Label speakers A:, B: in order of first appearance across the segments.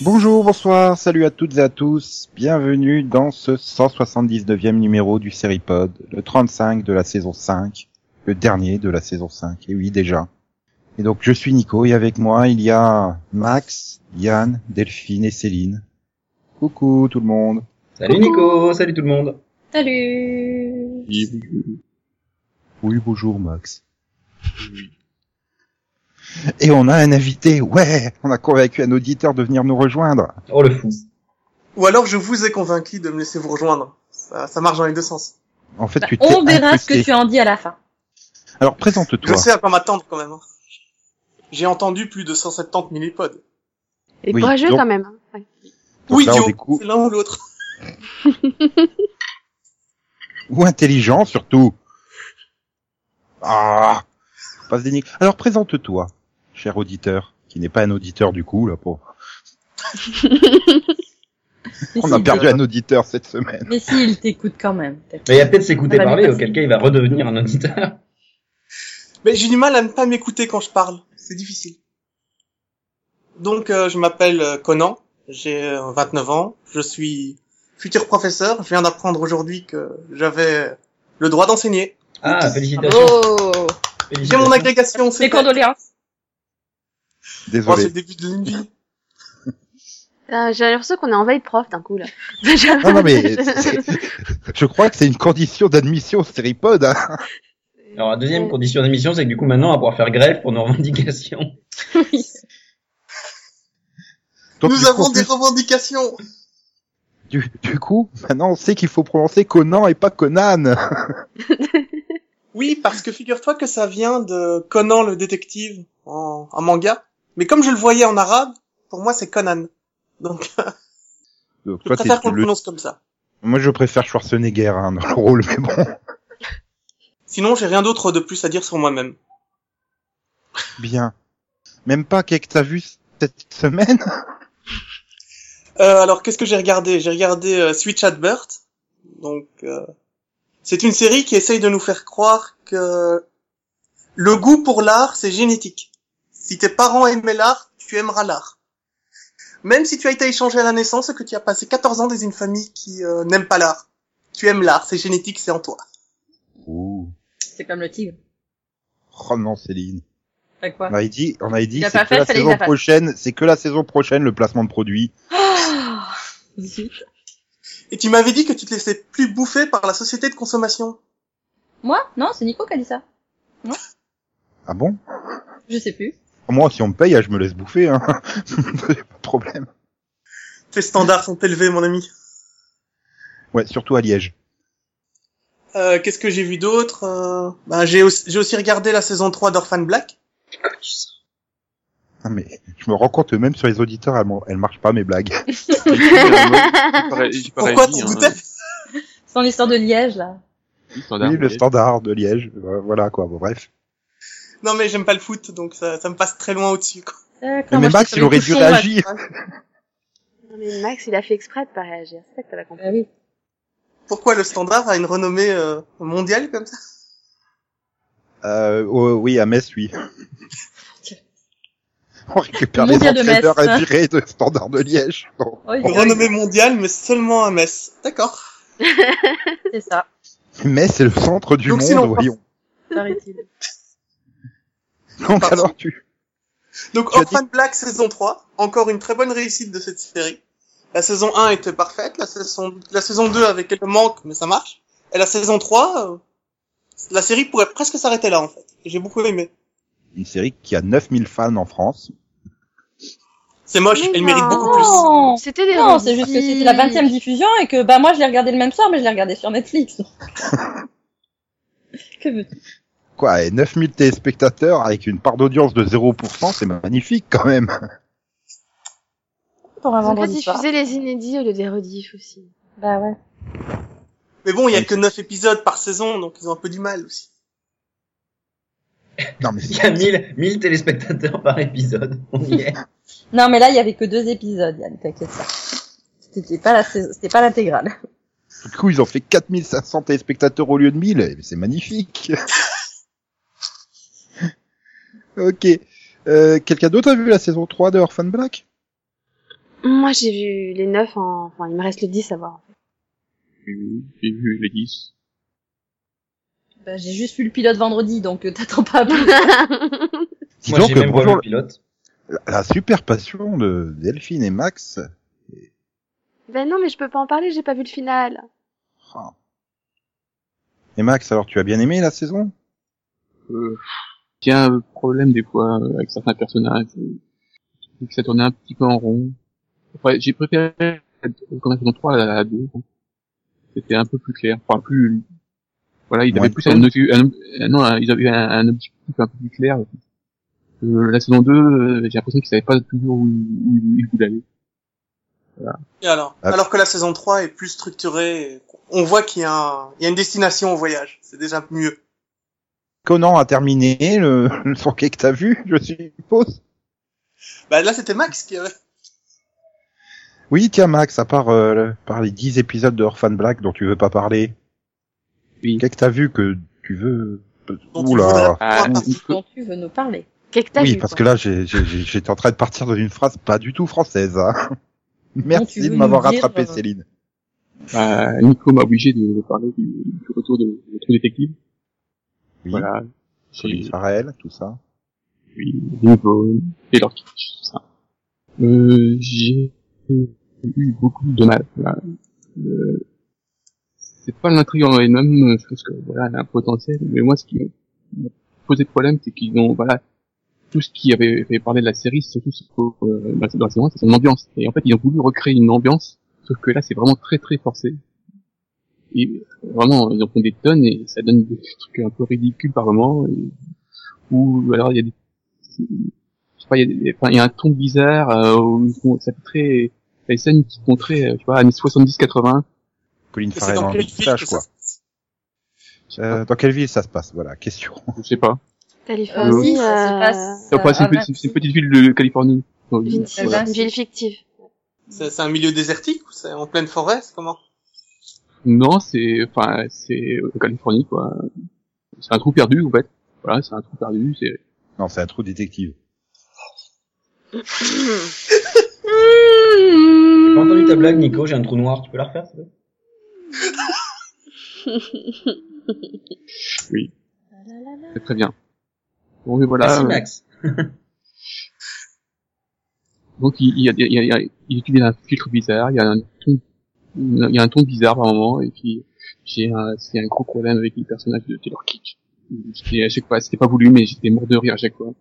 A: Bonjour, bonsoir, salut à toutes et à tous, bienvenue dans ce 179e numéro du Seripod, le 35 de la saison 5, le dernier de la saison 5, et oui déjà. Et donc je suis Nico et avec moi il y a Max, Yann, Delphine et Céline. Coucou tout le monde.
B: Salut Nico, salut tout le monde.
C: Salut
A: Oui, bonjour Max. Et on a un invité, ouais, on a convaincu un auditeur de venir nous rejoindre.
B: Oh le fou.
D: Ou alors je vous ai convaincu de me laisser vous rejoindre. Ça, ça marche dans les deux sens.
A: En fait,
C: Bah,
A: tu t'es
C: On verra ce
A: incrusté.
C: que tu en dis à la fin.
A: Alors présente-toi.
D: Je sais à quoi m'attendre quand même. hein. J'ai entendu plus de 170 millipodes.
E: Et
A: Oui,
E: courageux
A: donc-
E: quand même. hein. Ouais.
A: Donc
D: Ou
A: là, on
D: idiot,
A: découvre-
D: c'est l'un ou l'autre.
A: ou intelligent surtout. Ah, faut pas se dénigrer. Alors présente-toi, cher auditeur, qui n'est pas un auditeur du coup là pour. On a
C: si,
A: perdu un auditeur cette semaine.
C: Mais si, il t'écoute quand même.
B: Mais il va peut-être s'écouter
C: Ça va
B: parler,
C: dépasser.
B: auquel cas il va redevenir un auditeur.
D: Mais j'ai du mal à ne pas m'écouter quand je parle. C'est difficile. Donc euh, je m'appelle euh, Conan, j'ai euh, 29 ans, je suis futur professeur. Je viens d'apprendre aujourd'hui que j'avais le droit d'enseigner.
B: Ah, félicitations.
C: Oh
D: J'ai mon agrégation,
C: Les
D: c'est fait.
C: condoléances.
D: Moi, Oh, c'est
A: Désolé.
D: le début de l'une vie.
E: Euh, J'ai l'impression qu'on est envahi de profs d'un coup là.
A: non, non, mais c'est- je crois que c'est une condition d'admission au Stéripod. hein.
B: Alors la deuxième condition d'émission, c'est que du coup maintenant on va pouvoir faire grève pour nos revendications.
A: Donc,
D: Nous
A: du
D: avons
A: coup,
D: des revendications.
A: du, du coup, maintenant on sait qu'il faut prononcer Conan et pas Conan.
D: Oui, parce que figure-toi que ça vient de Conan le détective en, en manga. Mais comme je le voyais en arabe, pour moi c'est Conan. Donc
A: Donc,
D: je
A: toi, t'es
D: préfère qu'on le
A: le-
D: prononce comme ça.
A: Moi, je préfère Schwarzenegger hein, dans le rôle, mais bon.
D: Sinon, j'ai rien d'autre de plus à dire sur moi-même.
A: Bien. Même pas qu'est-ce que t'as vu cette semaine
D: Euh, alors, qu'est-ce que j'ai regardé J'ai regardé euh, Switch at Birth. Donc, euh, c'est une série qui essaye de nous faire croire que le goût pour l'art, c'est génétique. Si tes parents aimaient l'art, tu aimeras l'art. Même si tu as été échangé à la naissance et que tu as passé 14 ans dans une famille qui euh, n'aime pas l'art, tu aimes l'art, c'est génétique, c'est en toi.
A: Ouh.
C: C'est comme le tigre.
A: Oh non, Céline.
C: Fait quoi
A: On avait dit, on avait dit,
C: Il a
A: c'est
C: pas
A: que
C: fait,
A: la
C: fallait que
A: saison
C: je la fasse.
A: prochaine, c'est que la saison prochaine le placement de produit.
C: Ah, zut.
D: Et tu m'avais dit que tu te laissais plus bouffer par la société de consommation.
C: Moi Non, c'est Nico qui a dit ça.
A: Ah bon
C: Je sais plus.
A: Moi, si on me paye, ah, je me laisse bouffer. Hein. J'ai pas de problème.
D: Tes standards sont élevés, mon ami.
A: Ouais, surtout à Liège.
D: Euh, qu'est-ce que j'ai vu d'autre Euh, ben, j'ai, aussi, j'ai aussi regardé la saison 3 d'Orphan Black.
A: Ah, mais je me rends compte que même sur les auditeurs, elles, m'ont- elles marchent pas mes blagues.
F: Il paraît
D: Pourquoi
F: dit,
D: tu
F: hein,
D: doutais
C: Son histoire de Liège, là.
F: oui, standard,
A: Oui, le
F: mais-
A: standard de Liège. euh, Voilà quoi. Bon, bref.
D: Non mais j'aime pas le foot, donc ça, ça me passe très loin au-dessus. quoi.
A: mais
C: D'accord, moi, je
A: Max,
C: sais
A: il
C: pas
A: aurait
C: du
A: dû
C: tout son rêve.
A: réagir.
E: Non, mais Max, il a fait exprès de pas réagir. C'est ça que t'as pas compris.
C: Ah oui.
D: Pourquoi le standard a une renommée euh, mondiale comme ça
A: Euh, oh, oui, à Metz, oui. On récupère
C: Le
A: les
C: mondial de Metz.
A: entraîneurs inspirés de standard de Liège. Bon.
C: Oh, il
D: Une
C: est horrible.
D: renommée mondiale, mais seulement à Metz. D'accord.
C: C'est ça,
A: Metz, c'est le centre du
D: Donc,
A: monde,
D: si l'on-
A: voyons.
C: paraît-il.
A: Donc
D: Pardon.
A: alors tu.
D: Donc
A: Tu as
D: Orphan Black saison 3, encore une très bonne réussite de cette série. La saison 1 était parfaite, la saison, la saison 2 avec quelques manques, mais ça marche. Et la saison 3, euh, la série pourrait presque s'arrêter là en fait. J'ai beaucoup aimé.
A: Une série qui a 9000 fans en France.
D: C'est moche,
E: Mais
D: elle mérite
E: non.
D: beaucoup plus.
C: Non,
E: C'était des
C: Oh non c'est juste que c'était la 20 e
E: vingt
C: diffusion et que bah moi je l'ai regardé le même soir, mais je l'ai regardé sur Netflix. que veux-tu
A: Quoi, et 9000 téléspectateurs avec une part d'audience de 0%, c'est magnifique quand même.
C: pour un
E: On peut
C: vendredi soir
E: diffuser les inédits au lieu des rediffs aussi.
C: Bah ouais.
D: Mais bon, il y a que 9 épisodes par saison, donc ils ont un peu du mal aussi.
A: Non mais
B: Il
A: c'est-
B: y a 1000, 1000 téléspectateurs par épisode. On y est.
C: Non, mais là, il y avait que deux épisodes, Yann, t'inquiète pas. C'était pas la saison- c'était pas l'intégrale.
A: du coup ils ont fait 4500 téléspectateurs au lieu de 1000, et c'est magnifique. ok. Euh, Quelqu'un d'autre a vu la saison 3 de Orphan Black
E: Moi, j'ai vu les 9 en... Enfin, il me reste le 10 à voir.
F: J'ai vu- j'ai vu les 10.
C: Bah, j'ai juste vu le pilote vendredi, donc euh, t'attends pas plus.
A: Dis
B: Moi,
A: donc,
B: j'ai même
A: bonjour,
B: vu le pilote.
A: la, la super passion de Delphine et Max.
E: ben non, mais je peux pas en parler, j'ai pas vu le final.
A: Ah. Et Max, alors tu as bien aimé la saison
F: Euh, Il y a un problème des fois euh, avec certains personnages. euh, je trouve que ça tournait un petit peu en rond. Après, j'ai préféré la- quand la saison 3 à la 2. hein. C'était un peu plus clair. Enfin, plus... Voilà, ils
A: Moins
F: avaient
A: de
F: plus
A: choses.
F: un, objectif- un ob- euh, non, un- ils avaient un, un objectif un peu plus clair. Euh, la saison 2, euh, j'ai l'impression qu'ils savaient pas toujours où, où ils voulaient aller.
D: Et alors,
A: Ah.
D: alors que la saison 3 est plus structurée, et on voit qu'il y, a un- il y a une destination au voyage. C'est déjà mieux.
A: Conan a terminé le, le son quai que t'as vu, je suppose.
D: Bah là, c'était Max qui avait...
A: Oui, tiens Max, à part, euh, le- par les 10 épisodes de Orphan Black dont tu veux pas parler,
F: Oui.
A: qu'est-ce que t'as vu que tu veux...
D: dont il
A: Oula
D: faudrait pouvoir
F: Ah,
D: partir.
C: dont tu veux nous parler.
E: Qu'est-ce que t'as
A: Oui,
E: vu,
A: parce
E: quoi.
A: que là, j'ai- j'ai- j'ai- j'étais en train de partir dans une phrase pas du tout française. hein.
C: tu
A: Merci
C: veux
A: de m'avoir
C: nous dire,
A: rattrapé,
C: euh,
A: Céline.
F: Bah, Nico m'a obligé de, de parler du, du retour de notre détective.
A: Oui,
F: Voilà.
A: Colin
F: J'ai-
A: Farrell, tout ça.
F: puis Livo, Taylor Kitsch, tout ça. Euh, j'ai eu beaucoup de mal. voilà. Euh, c'est pas l'intrigue en elle-même, je pense que voilà, elle a un potentiel, mais moi ce qui m'a posé problème, c'est qu'ils ont voilà tout ce qui avait fait parler de la série, surtout ce qu'au- euh, dans la dans la saison un, c'est son ambiance. Et en fait, ils ont voulu recréer une ambiance, sauf que là, c'est vraiment très très forcé. Et euh, vraiment, ils en font des tonnes et ça donne des trucs un peu ridicules par moment. et- Ou alors, il y a des je sais pas, il y a des- enfin, il y, a un ton bizarre, euh, où ils font- ça fait très, les scènes qui font très, euh, tu vois, années 70-80.
A: Colin
D: C'est
A: Farrell
D: dans
A: en
D: quel film
A: moustache,
D: que ça
A: quoi.
D: se passe
A: Euh, dans quelle ville ça se passe Voilà, question.
F: Je sais pas.
E: Californie,
F: Euh,
C: si,
E: euh,
C: ça se passe.
F: Enfin,
C: Ah,
F: c'est une, petite-
C: merci.
F: c'est une petite ville de Californie. Donc,
E: Une,
C: Eh
F: voilà.
C: ben,
E: une ville fictive.
D: C'est c'est un milieu désertique ou c'est en pleine forêt c'est Comment
F: Non, c'est, enfin, c'est euh, Californie, quoi. C'est un trou perdu, en fait. Voilà, c'est un trou perdu, c'est,
A: Non, c'est un trou détective.
B: J'ai pas entendu ta blague, Nico, j'ai un trou noir, tu peux la refaire, s'il te plaît
F: c'est très bien. Bon, mais voilà.
B: Merci,
F: euh,
B: Max.
F: Donc il, il, y a, il, y a- il y a, il utilise un filtre bizarre, il y a un ton, il y a un ton bizarre par moment, et puis j'ai un, c'est un gros problème avec les personnages de Taylor Kitsch. J'étais à chaque fois, c'était pas voulu, mais j'étais mort de rire à chaque fois.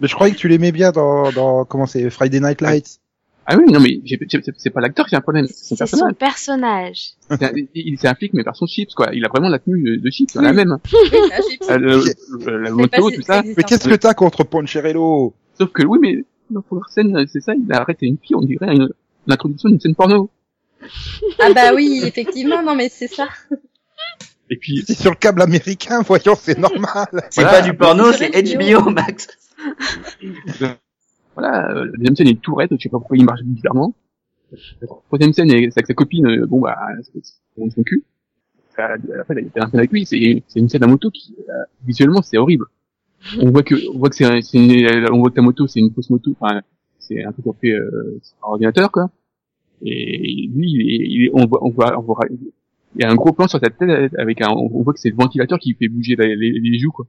A: Mais je croyais que tu l'aimais bien dans, dans comment c'est Friday Night Lights.
F: Ah oui, non mais j'ai- j'ai- c'est pas l'acteur qui a un problème, c'est son
E: C'est son
F: personnage.
E: personnage.
F: C'est un, il c'est un flic mais par son chips quoi. Il a vraiment la tenue de chips, la même.
C: Oui, là, j'ai-
F: Euh, le-
A: C'est-
F: le- la
C: c'est pas-
F: moto,
C: c'est-
F: tout
C: ça
F: ça.
C: existe
A: Mais
C: encore.
A: qu'est-ce que t'as contre Poncherello
F: Sauf que oui, mais dans la première scène, c'est ça, il a arrêté une fille, on dirait une- l'introduction d'une scène porno.
C: Ah bah oui, effectivement, non mais c'est ça.
F: Et puis
A: C'est sur le câble américain, voyons, c'est normal.
B: C'est
F: Voilà.
B: pas du porno, c'est
C: HBO.
B: HBO, Max.
F: voilà, euh, la deuxième scène est tout raide, je sais pas pourquoi il marche bizarrement. La troisième scène est avec sa copine, euh, bon bah, c'est c'est son cul. Ça, Après, il y a une scène avec lui, c'est c'est une scène à moto qui, euh, visuellement, c'est horrible. On voit que, on voit que c'est, un- c'est une- euh, on voit que ta moto, c'est une fausse moto, enfin, c'est un truc qu'on fait euh, par ordinateur, quoi. Et lui, il, est- il est- on voit, on voit, on voit, il y a un gros plan sur sa tête avec un, on voit que c'est le ventilateur qui fait bouger les, les- les joues, quoi.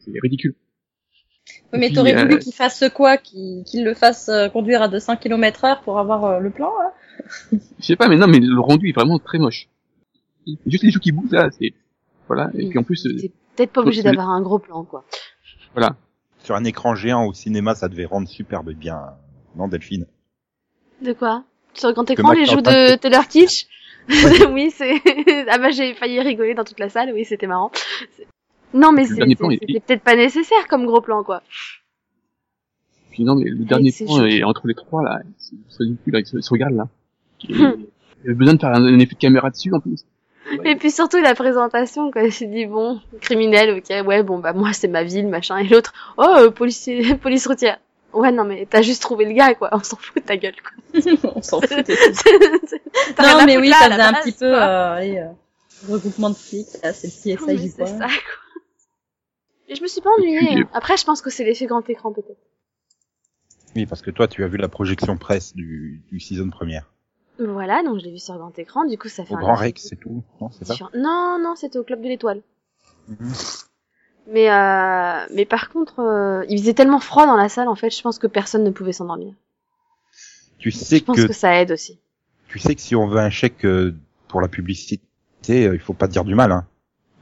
F: C'est ridicule.
C: Oui, mais
F: Puis,
C: t'aurais
F: euh,
C: voulu qu'il fasse quoi Qu'il qu'il le fasse euh, conduire à 200 km heure pour avoir euh, le plan hein
F: Je sais pas, mais non, mais le rendu est vraiment très moche. Juste les joues qui bougent, là, c'est... Voilà, et puis en plus... euh,
E: T'es peut-être pas obligé d'avoir un gros plan, quoi.
A: Sur un écran géant au cinéma, ça devait rendre superbe Eh bien. Non, Delphine.
E: De quoi Sur le grand écran,
A: Mac
E: les
A: parle
E: joues
A: pas
E: de
A: de-
E: Taylor Kitsch Oui, c'est... Ah bah j'ai failli rigoler dans toute la salle, oui, c'était marrant. C'est- Non, mais
F: Le
E: c'est-
F: dernier plan,
E: c'est-
F: il-
E: c'était peut-être pas nécessaire comme gros plan, quoi.
F: puis non, mais le dernier
E: c'est
F: point
E: chaud.
F: est entre les trois, là, c'est c'est ridicule, là, ils se, ils se regardent, là. Et, il y a besoin de faire un, un effet de caméra dessus, en plus.
E: Et puis surtout la présentation, quoi. J'ai dit, bon, criminel, ok, ouais, bon, bah moi c'est ma ville, machin. Et l'autre, oh, euh, policier, police routière. Ouais, non, mais t'as juste trouvé le gars, quoi. On s'en fout de ta gueule, quoi.
C: On s'en fout.
E: T'as rien
C: Non
E: à
C: mais
E: foutre
C: oui,
E: là,
C: ça
E: à la
C: faisait un
E: base,
C: petit peu
E: quoi.
C: euh, allez, euh, regroupement de flics. Là, c'est le petit
E: Oui,
C: essaye du
E: c'est
C: coin.
E: ça, quoi. Et je me suis pas
F: Et puis,
E: ennuyée. hein.
F: les-
E: Après, je pense que c'est l'effet grand écran, peut-être.
A: Oui, parce que toi, tu as vu la projection presse du, du season première.
E: Voilà, donc je l'ai vu sur grand écran, du coup ça fait
A: Au
E: un
A: Grand
E: lien
A: Rex, c'est tout, non C'est ça
E: différent. Non, non, c'était au Club de l'Étoile.
A: Mhm.
E: Mais, euh, mais par contre, euh, il faisait tellement froid dans la salle, en fait, je pense que personne ne pouvait s'endormir.
A: Tu sais
E: Je pense
A: que,
E: que... ça aide aussi.
A: tu sais que si on veut un chèque euh, pour la publicité, euh, il faut pas dire du mal. Hein.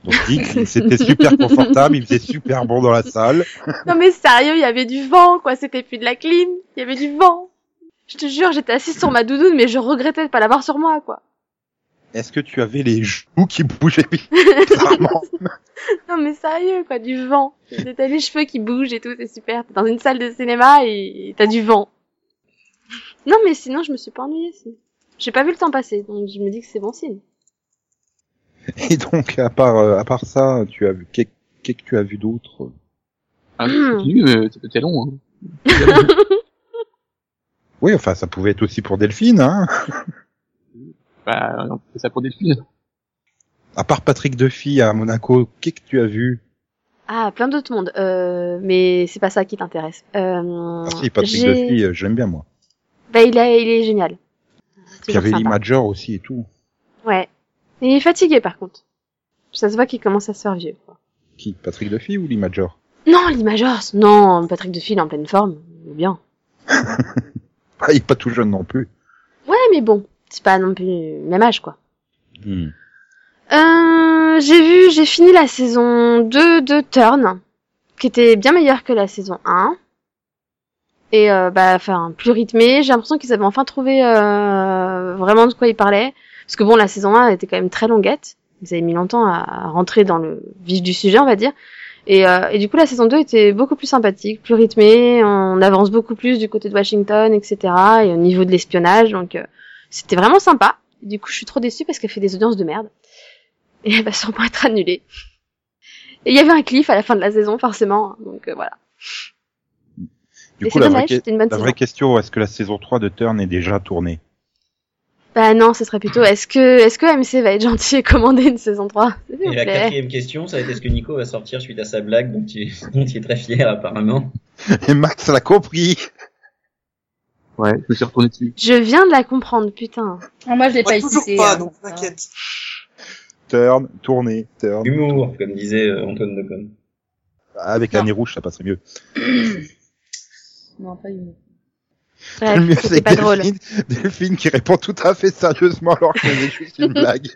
A: Donc dis que c'était super confortable, il faisait super bon dans la salle.
E: Non mais sérieux, il y avait du vent, quoi, c'était plus de la clim, il y avait du vent. Je te jure, j'étais assise sur ma doudoune, mais je regrettais de pas l'avoir sur moi, quoi.
A: Est-ce que tu avais les joues qui bougeaient bizarrement
E: Non mais sérieux, quoi, du vent. T'as les cheveux qui bougent et tout, c'est super. T'es dans une salle de cinéma et t'as du vent. Non mais sinon, je me suis pas ennuyée, si. J'ai pas vu le temps passer, donc je me dis que c'est bon signe.
A: Et donc, à part, euh, à part ça, tu as vu, qu'est- qu'est-ce que tu as vu d'autre
F: Ah, ça continue, mais ça peut être long, hein.
A: Oui, enfin, ça pouvait être aussi pour Delphine, hein.
F: Bah, on fait ça pour des films.
A: À part Patrick Duffy à Monaco, qu'est-ce que tu as vu
E: Ah, plein d'autres mondes. Euh, mais c'est pas ça qui t'intéresse. Euh,
A: Ah si, Patrick
E: j'ai-
A: Duffy, euh, j'aime bien moi.
E: Bah, il, a- il est génial.
A: Puis il y avait
E: Toujours
A: Lee
E: sympa.
A: Major aussi et tout,
E: Ouais. Il est fatigué par contre. Ça se voit qu'il commence à se faire vieux. quoi.
A: qui Patrick Duffy ou Lee Major
E: Non, Lee Majors Non, Patrick Duffy, il est en pleine forme. Il est bien.
A: Ah, il est pas tout jeune non plus.
E: Ouais, mais bon, c'est pas non plus le même âge quoi.
A: Hmm.
E: Euh, j'ai vu, j'ai fini la saison 2 de Turn, qui était bien meilleure que la saison 1. Et euh, bah, enfin, plus rythmée. J'ai l'impression qu'ils avaient enfin trouvé euh, vraiment de quoi ils parlaient. Parce que bon, la saison 1 était quand même très longuette. Ils avaient mis longtemps à à rentrer dans le vif du sujet, on va dire. Et, euh, et du coup, la saison 2 était beaucoup plus sympathique, plus rythmée. On avance beaucoup plus du côté de Washington, etc. Et au niveau de l'espionnage, donc euh, c'était vraiment sympa. Du coup, je suis trop déçue parce qu'elle fait des audiences de merde et elle va sûrement être annulée. Et il y avait un cliff à la fin de la saison, forcément, donc euh, voilà.
A: Du
E: Et
A: coup,
E: c'est
A: la,
E: dommage,
A: vraie, que-
E: c'était une bonne
A: la
E: saison.
A: vraie question, est-ce que la saison 3 de Turn est déjà tournée
E: Bah non, ce serait plutôt, est-ce que, est-ce que MC va être gentil et commander une saison 3 S'il vous
B: Et la
E: plaît.
B: quatrième question, ça va être est-ce que Nico va sortir suite à sa blague dont il est, dont il est très fier apparemment.
A: Et Max l'a compris
F: Ouais, je me suis retourné dessus.
E: Je viens de la comprendre, putain.
C: Ah, Moi, je l'ai pas
D: Moi,
C: ici.
D: toujours
C: c'est,
D: pas,
C: euh,
D: donc
C: ça.
D: t'inquiète.
A: Turn, tournée, Turn.
B: Humour, comme disait euh, Antoine Decon.
A: Avec
C: Non.
A: Annie Rouge, ça passerait mieux.
C: Ah, Non, pas une.
E: Bref,
A: Le mieux,
E: c'était
A: c'est
E: pas drôle.
A: Delphine, Delphine qui répond tout à fait sérieusement alors que c'est juste une blague.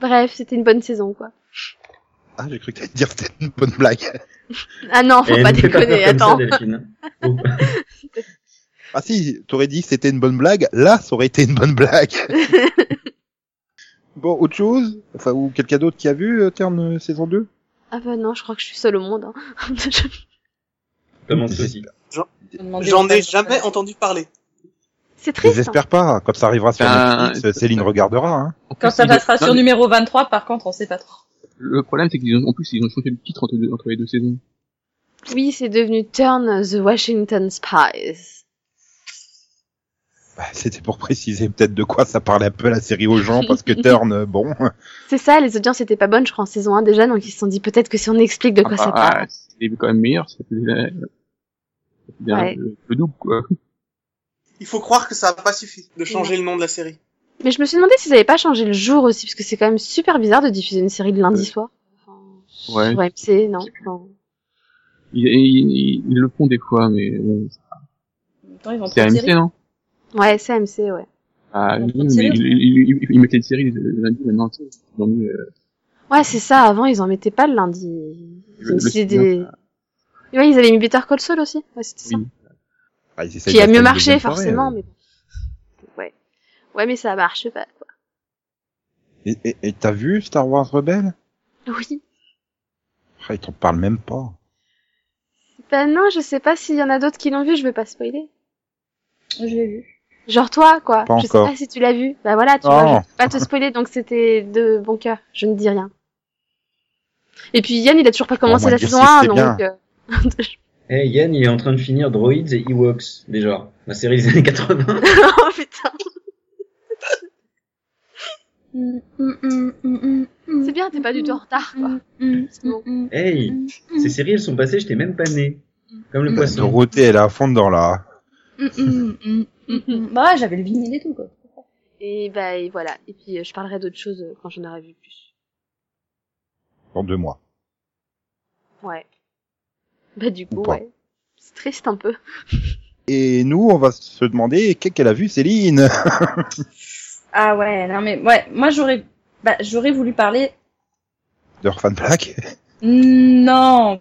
E: Bref, c'était une bonne saison, quoi.
A: Ah, j'ai cru que t'allais dire que c'était une bonne blague.
E: Ah non, faut
B: Eh,
E: pas
B: ne fais
E: déconner,
B: peur comme
E: attends.
B: ça, Delphine. Oh.
A: Ah si, t'aurais dit que c'était une bonne blague, là, ça aurait été une bonne blague. bon, autre chose Enfin, ou quelqu'un d'autre qui a vu euh, Turn euh, saison 2
E: Ah bah non, je crois que je suis seule au monde. hein. Je-
B: Comment ceci
D: J'en ai jamais entendu parler.
E: c'est triste. hein.
A: Désespère pas, comme ça arrivera sur
F: Ben,
A: Netflix, euh, Céline regardera. Hein.
F: En
C: Quand
F: plus,
C: ça
F: ils
C: passera
F: ont-
C: sur
F: non, mais
C: numéro 23, par contre, on sait pas trop.
F: Le problème, c'est qu'ils ont, en plus, ils ont changé le titre entre, deux- entre les deux saisons.
E: hein. Oui, c'est devenu Turn the Washington Spies.
A: Bah, C'était pour préciser peut-être de quoi ça parlait un peu la série aux gens, parce que Turn, euh, bon...
E: C'est ça, les audiences étaient pas bonnes, je crois, en saison 1 déjà, donc ils se sont dit peut-être que si on explique de quoi ça parle.
F: Ah, c'est quand même meilleur, ça fait, euh, ça fait
E: Ouais.
F: le, le double, quoi.
D: Il faut croire que ça n'a pas suffi de changer le nom de la série.
E: Mais je me suis demandé s'ils avaient pas changé le jour aussi, parce que c'est quand même super bizarre de diffuser une série le lundi
F: Euh,
E: soir. Enfin,
F: ouais.
E: Sur MC, non. enfin,
F: Ils, ils- ils- ils le font des fois, mais bon,
C: En même temps, ils vont
F: c'est
C: trop
F: AMC,
C: tirer.
F: non
E: Ouais, c'est MC, ouais.
F: Ah,
C: Ils
F: oui,
C: font
F: mais
C: une série,
F: ils, ils, ils- ils mettaient une série le le euh, lundi, maintenant, tu sais, ils ont mis, euh,
E: Ouais, c'est ça, avant ils en mettaient pas le lundi. Ils
F: Le- le
E: mettaient
F: signal,
E: des... Ouais, ils avaient mis Better Call Saul aussi, ouais, c'était ça.
F: Oui.
A: Ah, ils essayent
E: Qui a
A: de faire
E: mieux
A: une
E: marché,
A: deuxième soirée,
E: forcément,
A: euh.
E: mais bon. Ouais. Ouais, mais ça marche pas, quoi.
A: Et- et- Et t'as vu Star Wars Rebelle
E: Oui.
A: Ah, Ils t'en parlent même pas.
E: Ben non, je sais pas s'il y en a d'autres qui l'ont vu, je vais pas spoiler.
C: Je l'ai vu.
E: Genre toi, quoi.
A: Pas
E: je sais
A: encore. Oh.
E: pas si tu l'as vu. Bah voilà, tu
A: Non.
E: vois, je peux pas te spoiler, donc c'était de bon cœur. Je ne dis rien. Et puis Yann, il a toujours pas commencé
A: moins
E: la
A: dire
E: saison
A: si
E: 1,
A: Oh c'est bien.
E: donc... euh,
B: Eh, Yann, il est en train de finir Droids et Ewoks, déjà. La série des années 80.
E: oh putain, c'est bien,
C: Mm,
E: t'es pas du tout en retard, quoi.
B: Hey, ces séries, elles sont passées, j'étais même pas né. Comme le
C: Bah,
B: poisson.
A: Dorothée, elle est à fond dedans, là.
C: Bah ouais, j'avais le vinyle et tout, quoi.
E: Et bah et voilà. Et puis euh, je parlerai d'autres choses euh, quand j'en aurai vu plus.
A: Dans deux mois.
E: Ouais. Bah du coup
A: Ou pas.
E: ouais. C'est triste un peu.
A: Et nous, on va se demander qu'est-ce qu'elle a vu, Céline
C: Ah ouais, non mais ouais, moi j'aurais, bah, j'aurais voulu parler. mm,
A: De Orphan Black
C: Non.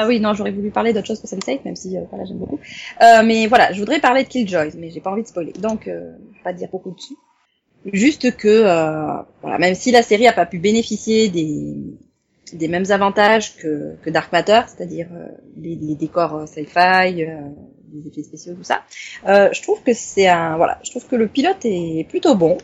C: Ah oui, non, j'aurais voulu parler d'autre chose que Sense8, même si euh, voilà, j'aime beaucoup. Euh, mais voilà, je voudrais parler de Killjoys, mais j'ai pas envie de spoiler, donc euh, je vais pas dire beaucoup dessus. Juste que, euh, voilà, même si la série a pas pu bénéficier des des mêmes avantages que, que Dark Matter, c'est-à-dire euh, les, les décors euh, sci-fi, euh, les effets spéciaux, tout ça. Euh, je trouve que c'est un, voilà, je trouve que le pilote est plutôt bon.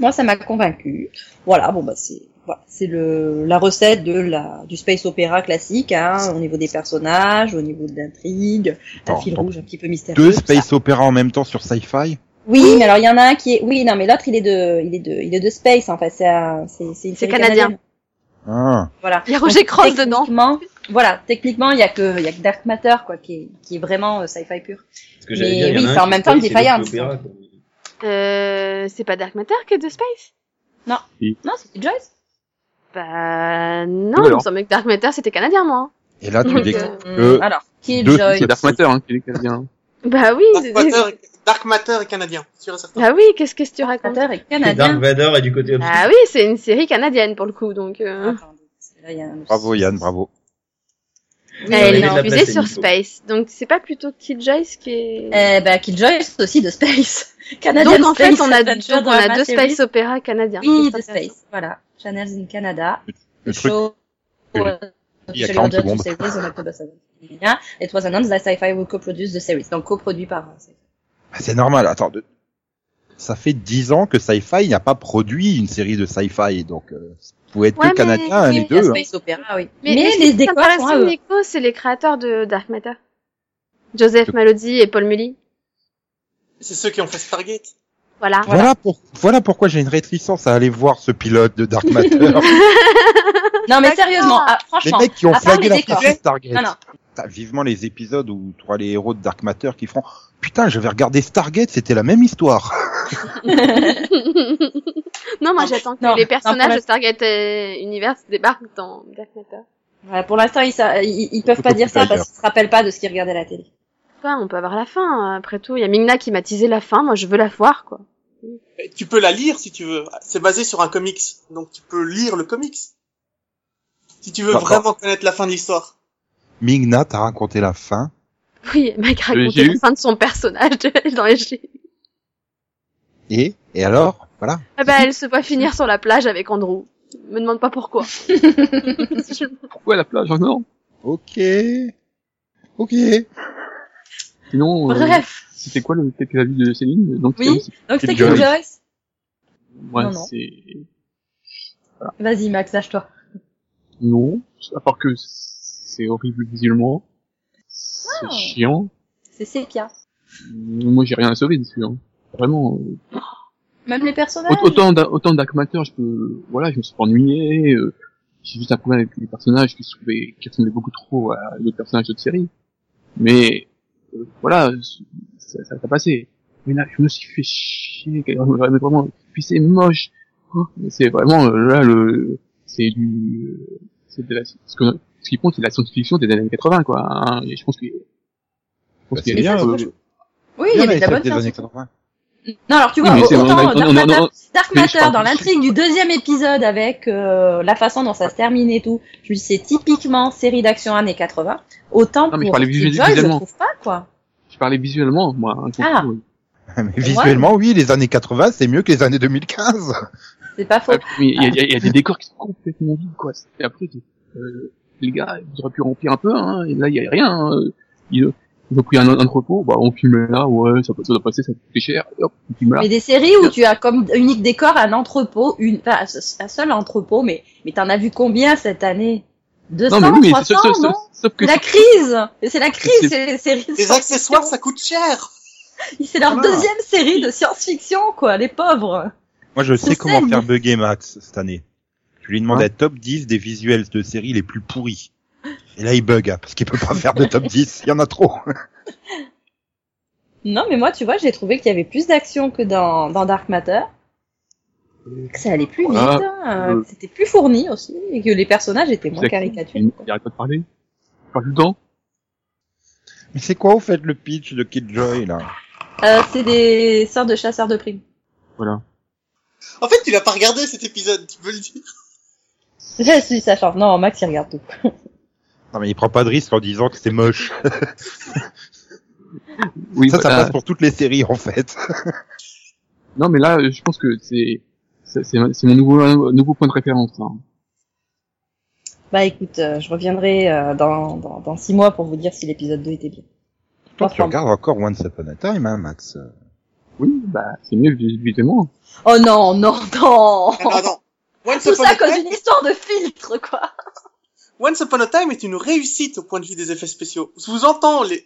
C: Moi, ça m'a convaincu. Voilà, bon bah c'est voilà, c'est le la recette de la du space opéra classique, hein, au niveau des personnages, au niveau de l'intrigue, un
A: Attends,
C: fil
A: attends.
C: rouge un petit peu mystérieux.
A: Deux
C: tout ça.
A: space opéra en même temps sur sci-fi
C: Oui, mais alors il y en a un qui est, oui, non, mais l'autre il est de, il est de, il est de space. Enfin, c'est un- c'est c'est une
E: C'est
C: série
E: canadien.
C: canadienne.
A: ah.
C: Voilà.
E: Il y a Roger Cross dedans.
C: Techniquement, voilà, techniquement, il y a que, il y a que Dark Matter, quoi, qui est, qui est vraiment euh, sci-fi pur.
B: Parce que j'allais
C: Mais
B: dire, il y
C: oui,
B: a un
C: c'est en
B: qui
C: même temps
B: paye, c'est
C: Defiant.
B: l'autre opéra, quoi.
E: Euh, c'est pas Dark Matter qui est de Space
C: Non, c'est Joyce.
E: Bah non,
F: Oui,
E: il me
F: alors.
E: semble que Dark Matter c'était canadien moi.
A: Et là, tu
E: Donc,
A: découvres
E: euh,
A: que...
C: Alors, qui est
A: deux-
C: Joyce
F: C'est Dark Matter, hein, qui est canadien.
E: Bah oui.
D: Dark Matter, est- Dark Matter est canadien, sûr et certain.
E: Bah oui, qu'est-ce que tu racontes
C: Matter est
B: Et Dark
C: canadien.
B: Vador est du côté obscur.
E: Ah oui, c'est une série canadienne pour le coup, donc euh,
C: Attendez, parce que Ah, là, il y a un-
A: Bravo, Yann, bravo.
C: Oui,
E: elle
B: oui,
E: est
B: non.
E: diffusée sur
B: Il faut.
E: Space. Donc c'est pas plutôt Killjoys qui est...
C: Eh ben, Killjoys aussi de space. Canadien
E: donc en
C: space
E: fait, on a,
C: adventure
E: donc, on a
C: drama
E: deux
C: series.
E: space opéras canadiens.
C: Oui, de space. Voilà. Channels in Canada.
A: Le truc,
C: Show,
A: que j'ai-
C: euh,
A: il y a
C: Shelley
A: 40
C: Rogers
A: secondes.
C: Series on October 7th. It was announced that sci-fi would co-produce the series. Donc, coproduit par euh, sci-fi.
A: Ah, C'est normal, attends. de- Ça fait dix ans que Sci-Fi n'a pas produit une série de Sci-Fi, donc euh, ça pouvait être
E: Ouais,
A: que
E: mais-
A: canadien, un
C: Oui,
A: des
C: il y a
A: deux. hein.
C: Space Opera, oui.
E: Mais,
C: Mais,
E: est-ce
C: les
E: que
C: décors
E: Santa
C: sont à eux.
E: Nico, c'est les créateurs de Dark Matter. Joseph Malody et Paul Mully.
D: C'est ceux qui ont fait Stargate.
E: Voilà.
A: Voilà, pour- voilà pourquoi j'ai une réticence à aller voir ce pilote de Dark Matter.
C: Non, mais
E: D'accord.
C: sérieusement, ah,
A: les
C: franchement.
A: mecs qui ont
C: à part
A: flagué
C: les
A: la
C: décors.
A: franchise Stargate.
C: Non, non.
A: Putain, vivement les épisodes où tu auras les héros de Dark Matter qui feront Putain, j'avais regardé Stargate, c'était la même histoire.
E: non, moi
D: Non,
E: j'attends que
C: non,
E: les
C: non, pour
E: personnages
C: la-
E: de Stargate euh, Universe débarquent dans Dark Matter.
C: Voilà, pour l'instant, ils, sa- ils, ils peuvent
A: Plutôt
C: pas dire ça
A: d'ailleurs.
C: parce qu'ils se rappellent pas de ce qu'ils regardaient à la télé.
E: Ouais, on peut avoir la fin. hein. Après tout, il y a Migna qui m'a teasé la fin. Moi, je veux la voir, quoi.
D: Et Tu peux la lire si tu veux. C'est basé sur un comics, donc tu peux lire le comics. Si tu veux
A: D'accord.
D: vraiment connaître la fin de l'histoire.
A: Migna t'a raconté la fin.
E: Oui, elle m'a raconté
F: j'ai
E: la
F: eu.
E: fin de son personnage de- dans les jeux.
A: Et, et alors, voilà.
E: Ah bah, elle se voit finir sur la plage avec Andrew. Me demande pas pourquoi. Je-
F: Pourquoi la plage encore
A: Ok. Ok.
F: Sinon, euh,
C: Bref.
F: c'était quoi le quelques avis de Céline Donc,
C: Oui. Donc, c'est
A: Joyce.
C: King Joyce.
F: Ouais,
C: Non, non.
F: c'est
C: Vas-y, Max, lâche-toi.
F: non, à part que c'est horrible visuellement,
C: Ah.
F: c'est chiant.
C: C'est Sepia.
F: Moi, j'ai rien à sauver dessus. Hein. Vraiment, euh,
C: Même les personnages.
F: Aut- Autant, d'a- autant d'Akmater, je peux, voilà, je me suis pas ennuyé, euh, j'ai juste un problème avec les personnages que je trouvais, qui ressemblaient beaucoup trop à les personnages d'autres séries. Mais, euh, voilà, c- ça, ça, a passé. Mais là, je me suis fait chier, quand même, vraiment, vraiment, puis c'est moche. Oh, mais c'est vraiment, euh, là, le, c'est du, c'est de la, ce, que- ce qui compte, c'est de la science-fiction des années 80, quoi, hein, et je pense que, je pense
A: Bah,
F: qu'il y
A: c'est
F: a
A: bien,
F: des-
A: euh,
F: euh,
C: Oui, il y
A: Non,
C: avait
A: mais
C: de la
A: ça
C: bonne
A: fait des années
C: science.
A: 80.
C: Non, alors tu
F: Oui,
C: vois,
F: mais c'est-
C: autant
F: on a-
C: Dark
F: on a- on a-
C: Matter,
F: on a-
C: Dark
F: mais je
C: Matter
F: parle
C: dans
F: du
C: l'intrigue du deuxième épisode avec euh, la façon dont ça se termine et tout, je me dis c'est typiquement série d'action années 80. Autant
F: Non, mais je
C: pour
F: parlais
C: King
F: visuellement.
C: Joyce, je trouve pas quoi.
F: je parlais visuellement, moi, hein,
C: Ah.
F: surtout, euh,
A: Mais visuellement, oui, les années 80, c'est mieux que les années 2015.
C: C'est pas faux.
F: Ah, mais Il y, a- il y a- il y a des décors qui sont complètement vides, quoi. Et après, tu- euh, les gars, ils auraient pu remplir un peu, hein, et là, il y a rien. hein. Ils, ils ont pris un un entrepôt, bah, on filme là, ouais, ça, peut- ça doit passer, ça coûte cher, et hop, on filme là.
C: Mais des séries où tu as comme unique décor un entrepôt, une, enfin, un se- un seul entrepôt, mais, mais t'en as vu combien cette année 200,
F: oui, mais
C: 300,
F: sauf, sauf-
C: non
F: sauf- sauf que
C: La crise Et C'est la crise,
F: C'est-
C: c'est les séries de
D: Les
C: science-fiction.
D: accessoires, ça coûte cher.
C: C'est leur
A: Voilà.
C: deuxième série de science-fiction, quoi, les pauvres
A: Moi, je
C: Ce
A: sais comment
C: saigne.
A: faire bugger Max cette année. Je lui ai demandé
F: Hein
A: à top 10 des visuels de série les plus pourris. Et là, il bug, hein, parce qu'il peut pas faire de top 10. Il y en a trop.
C: Non, mais moi, tu vois, j'ai trouvé qu'il y avait plus d'action que dans, dans Dark Matter. Que ça allait plus vite,
F: Voilà.
C: hein,
F: Euh.
C: que c'était plus fourni aussi, et que les personnages étaient moins
F: Exact.
C: caricaturés.
F: Il il arrête pas de parler. Il parle tout le temps.
A: Mais c'est quoi, au fait, le pitch de Killjoy, là?
C: Euh, c'est des sortes de chasseurs de primes.
F: Voilà.
D: En fait, tu l'as pas regardé cet épisode, tu peux le dire.
C: Je suis sa chance. Non, Max, il regarde tout.
A: Non, mais il prend pas de risque en disant que c'est moche.
F: Oui,
A: ça,
F: voilà.
A: ça passe pour toutes les séries, en fait.
F: Non, mais là, euh, je pense que c'est c'est c'est- c'est mon nouveau euh, nouveau point de référence. hein.
C: Bah écoute, euh, je reviendrai euh, dans, dans, dans six mois pour vous dire si l'épisode 2 était bien.
A: Toi, tu
C: Enfin,
A: regardes encore Once Upon a Time, hein, Max.
F: Oui, bah c'est mieux vis- visuellement.
C: Oh non, non, non
D: Ah, non, attends. Once
C: Tout
D: Upon,
C: ça à
D: a
C: cause
D: time,
C: d'une histoire de filtre, quoi
D: Once Upon a Time est une réussite au point de vue des effets spéciaux. Je vous entends les...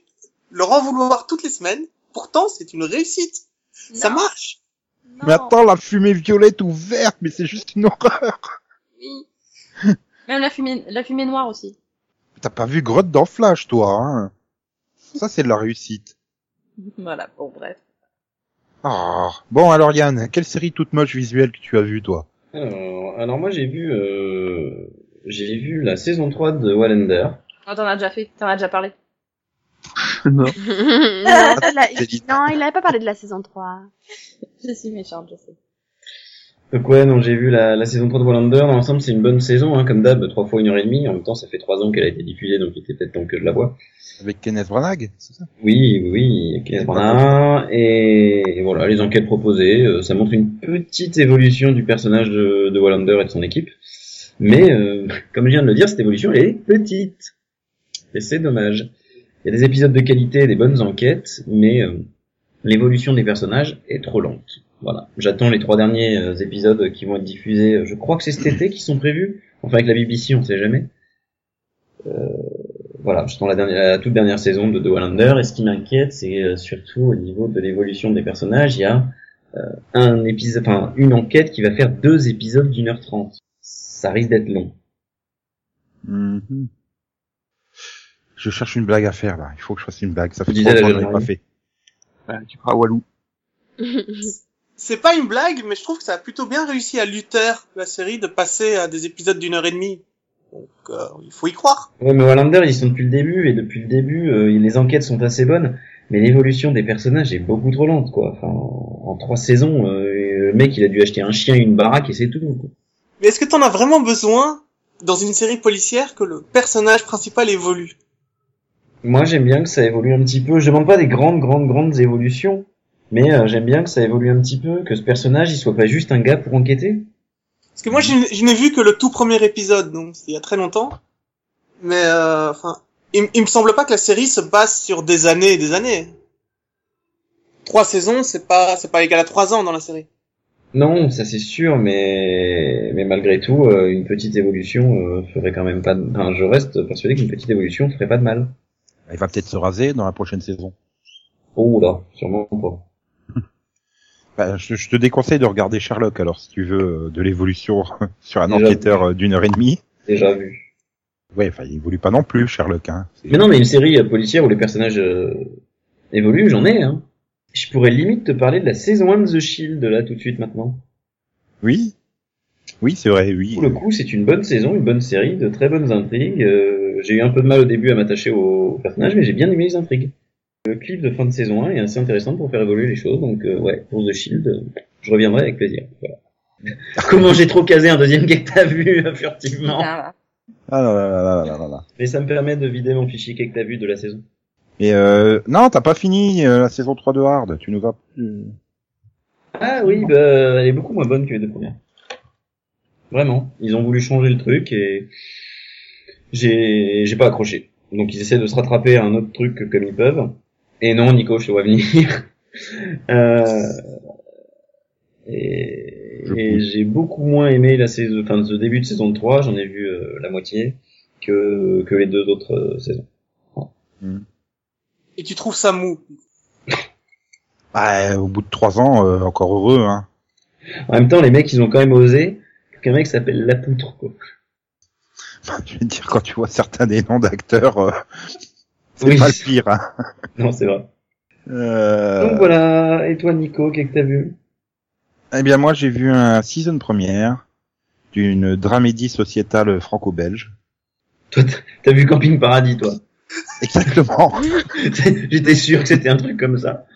D: leur en vouloir toutes les semaines, pourtant c'est une réussite. Ça
C: Non,
D: marche.
C: non.
A: Mais attends, la fumée violette ou verte, mais c'est juste une horreur.
C: Oui. Même la fumée, la fumée noire aussi.
A: T'as pas vu Grotte dans Flash, toi, hein. Ça, c'est de la réussite.
C: Voilà, bon, bref.
A: Ah. Bon, alors, Yann, quelle série toute moche visuelle que tu as vue, toi?
B: Alors, alors moi j'ai vu, euh, j'ai vu la saison 3 de Wallander.
C: Non, Oh, t'en as déjà fait, t'en as déjà parlé.
F: non.
E: non, il a-
A: j'ai dit.
E: Euh, non, il avait pas parlé de la saison 3.
C: Je suis méchante, je sais.
B: Donc ouais, donc Euh, j'ai vu la, la saison 3 de Wallander. Dans l'ensemble, c'est une bonne saison, hein, comme d'hab, trois fois une heure et demie. En même temps, ça fait trois ans qu'elle a été diffusée, donc il était peut-être temps que je la vois.
A: Avec Kenneth Branagh, c'est ça?
B: Oui, oui, Kenneth Branagh, et, et voilà, les enquêtes proposées, euh, ça montre une petite évolution du personnage de, de Wallander et de son équipe, mais euh, comme je viens de le dire, cette évolution elle est petite, et c'est dommage. Il y a des épisodes de qualité, des bonnes enquêtes, mais euh, l'évolution des personnages est trop lente. Voilà, j'attends les trois derniers euh, épisodes qui vont être diffusés, euh, je crois que c'est cet été qui sont prévus, enfin avec la BBC on sait jamais voilà, je la, dernière, la toute dernière saison de The Wallander, et ce qui m'inquiète, c'est euh, surtout au niveau de l'évolution des personnages, il y a euh, un épisode, enfin, une enquête qui va faire deux épisodes d'une heure trente. Ça risque d'être long.
A: Mhm. Je cherche une blague à faire là. Il faut que je fasse une blague. Ça fait
B: disais
A: trois
B: la
A: ans que je
B: jeune
A: l'ai pas
B: Marie.
A: fait.
F: Bah, tu feras Walou.
D: C'est pas une blague, mais je trouve que ça a plutôt bien réussi à Luther, la série, de passer à des épisodes d'une heure et demie. Donc, euh, il faut y croire.
B: Ouais, mais Wallander, ils sont depuis le début, et depuis le début, euh, les enquêtes sont assez bonnes, mais l'évolution des personnages est beaucoup trop lente, quoi. Enfin, en en trois saisons, euh, le mec, il a dû acheter un chien et une baraque, et c'est tout, quoi.
D: Mais est-ce que t'en as vraiment besoin, dans une série policière, que le personnage principal évolue
B: Moi, j'aime bien que ça évolue un petit peu. Je demande pas des grandes, grandes, grandes évolutions, mais euh, j'aime bien que ça évolue un petit peu, que ce personnage, il soit pas juste un gars pour enquêter.
D: Parce que moi, je, n- je n'ai vu que le tout premier épisode, donc c'était il y a très longtemps. Mais, euh, enfin, il, m- il me semble pas que la série se base sur des années et des années. Trois saisons, c'est pas, c'est pas égal à trois ans dans la série.
B: Non, ça c'est sûr, mais mais malgré tout, euh, une petite évolution euh, ferait quand même pas. De... Enfin, je reste persuadé qu'une petite évolution ferait pas de mal.
A: Il va peut-être se raser dans la prochaine saison.
B: Oh là, sûrement pas.
A: Bah, je, je te déconseille de regarder Sherlock alors si tu veux euh, de l'évolution sur un
B: Déjà.
A: enquêteur euh, d'une heure et demie.
B: Déjà vu.
A: Ouais, enfin il évolue pas non plus Sherlock. Hein. C'est-
B: Mais non, mais une série euh, policière où les personnages euh, évoluent, j'en ai. Hein. Je pourrais limite te parler de la saison 1 de The Shield là tout de suite maintenant.
A: Oui, oui c'est vrai, oui.
B: Pour le coup, c'est une bonne saison, une bonne série, de très bonnes intrigues. Euh, j'ai eu un peu de mal au début à m'attacher aux personnages, mais j'ai bien aimé les intrigues. Le clip de fin de saison 1 est assez intéressant pour faire évoluer les choses, donc euh, ouais, pour The Shield, euh, je reviendrai avec plaisir. Voilà. Comment j'ai trop casé un deuxième gars que t'as vu euh, furtivement
C: Putain, là.
A: Ah là là là là là là là.
B: Mais ça me permet de vider mon fichier que t'as vu de la saison.
A: Et euh, non, t'as pas fini euh, la saison 3 de Hard. Tu nous as.
B: Ah oui, bah, elle est beaucoup moins bonne que les deux premières. Vraiment, ils ont voulu changer le truc et j'ai j'ai pas accroché. Donc ils essaient de se rattraper à un autre truc comme ils peuvent. Et non, Nico, je te vois venir. Euh, Et,
A: Je
B: et
A: pousse.
B: j'ai beaucoup moins aimé la saison, enfin, ce début de saison 3, j'en ai vu euh, la moitié, que, que les deux autres euh, saisons.
D: Et tu trouves ça mou.
A: Bah, au bout de trois ans, euh, encore heureux. Hein.
B: En même temps, les mecs, ils ont quand même osé qu'un mec s'appelle La Poutre, quoi.
A: je veux dire, quand tu vois certains des noms d'acteurs, euh, c'est
B: Oui.
A: pas le pire. Hein.
B: Non, c'est vrai.
A: Euh,
B: Donc voilà, et toi Nico, qu'est-ce que t'as vu
A: Eh bien, moi, j'ai vu un season première d'une dramédie sociétale franco-belge.
B: Toi, t'as- t'as vu Camping Paradis, toi
A: Exactement.
B: J'étais sûr que c'était un truc comme ça.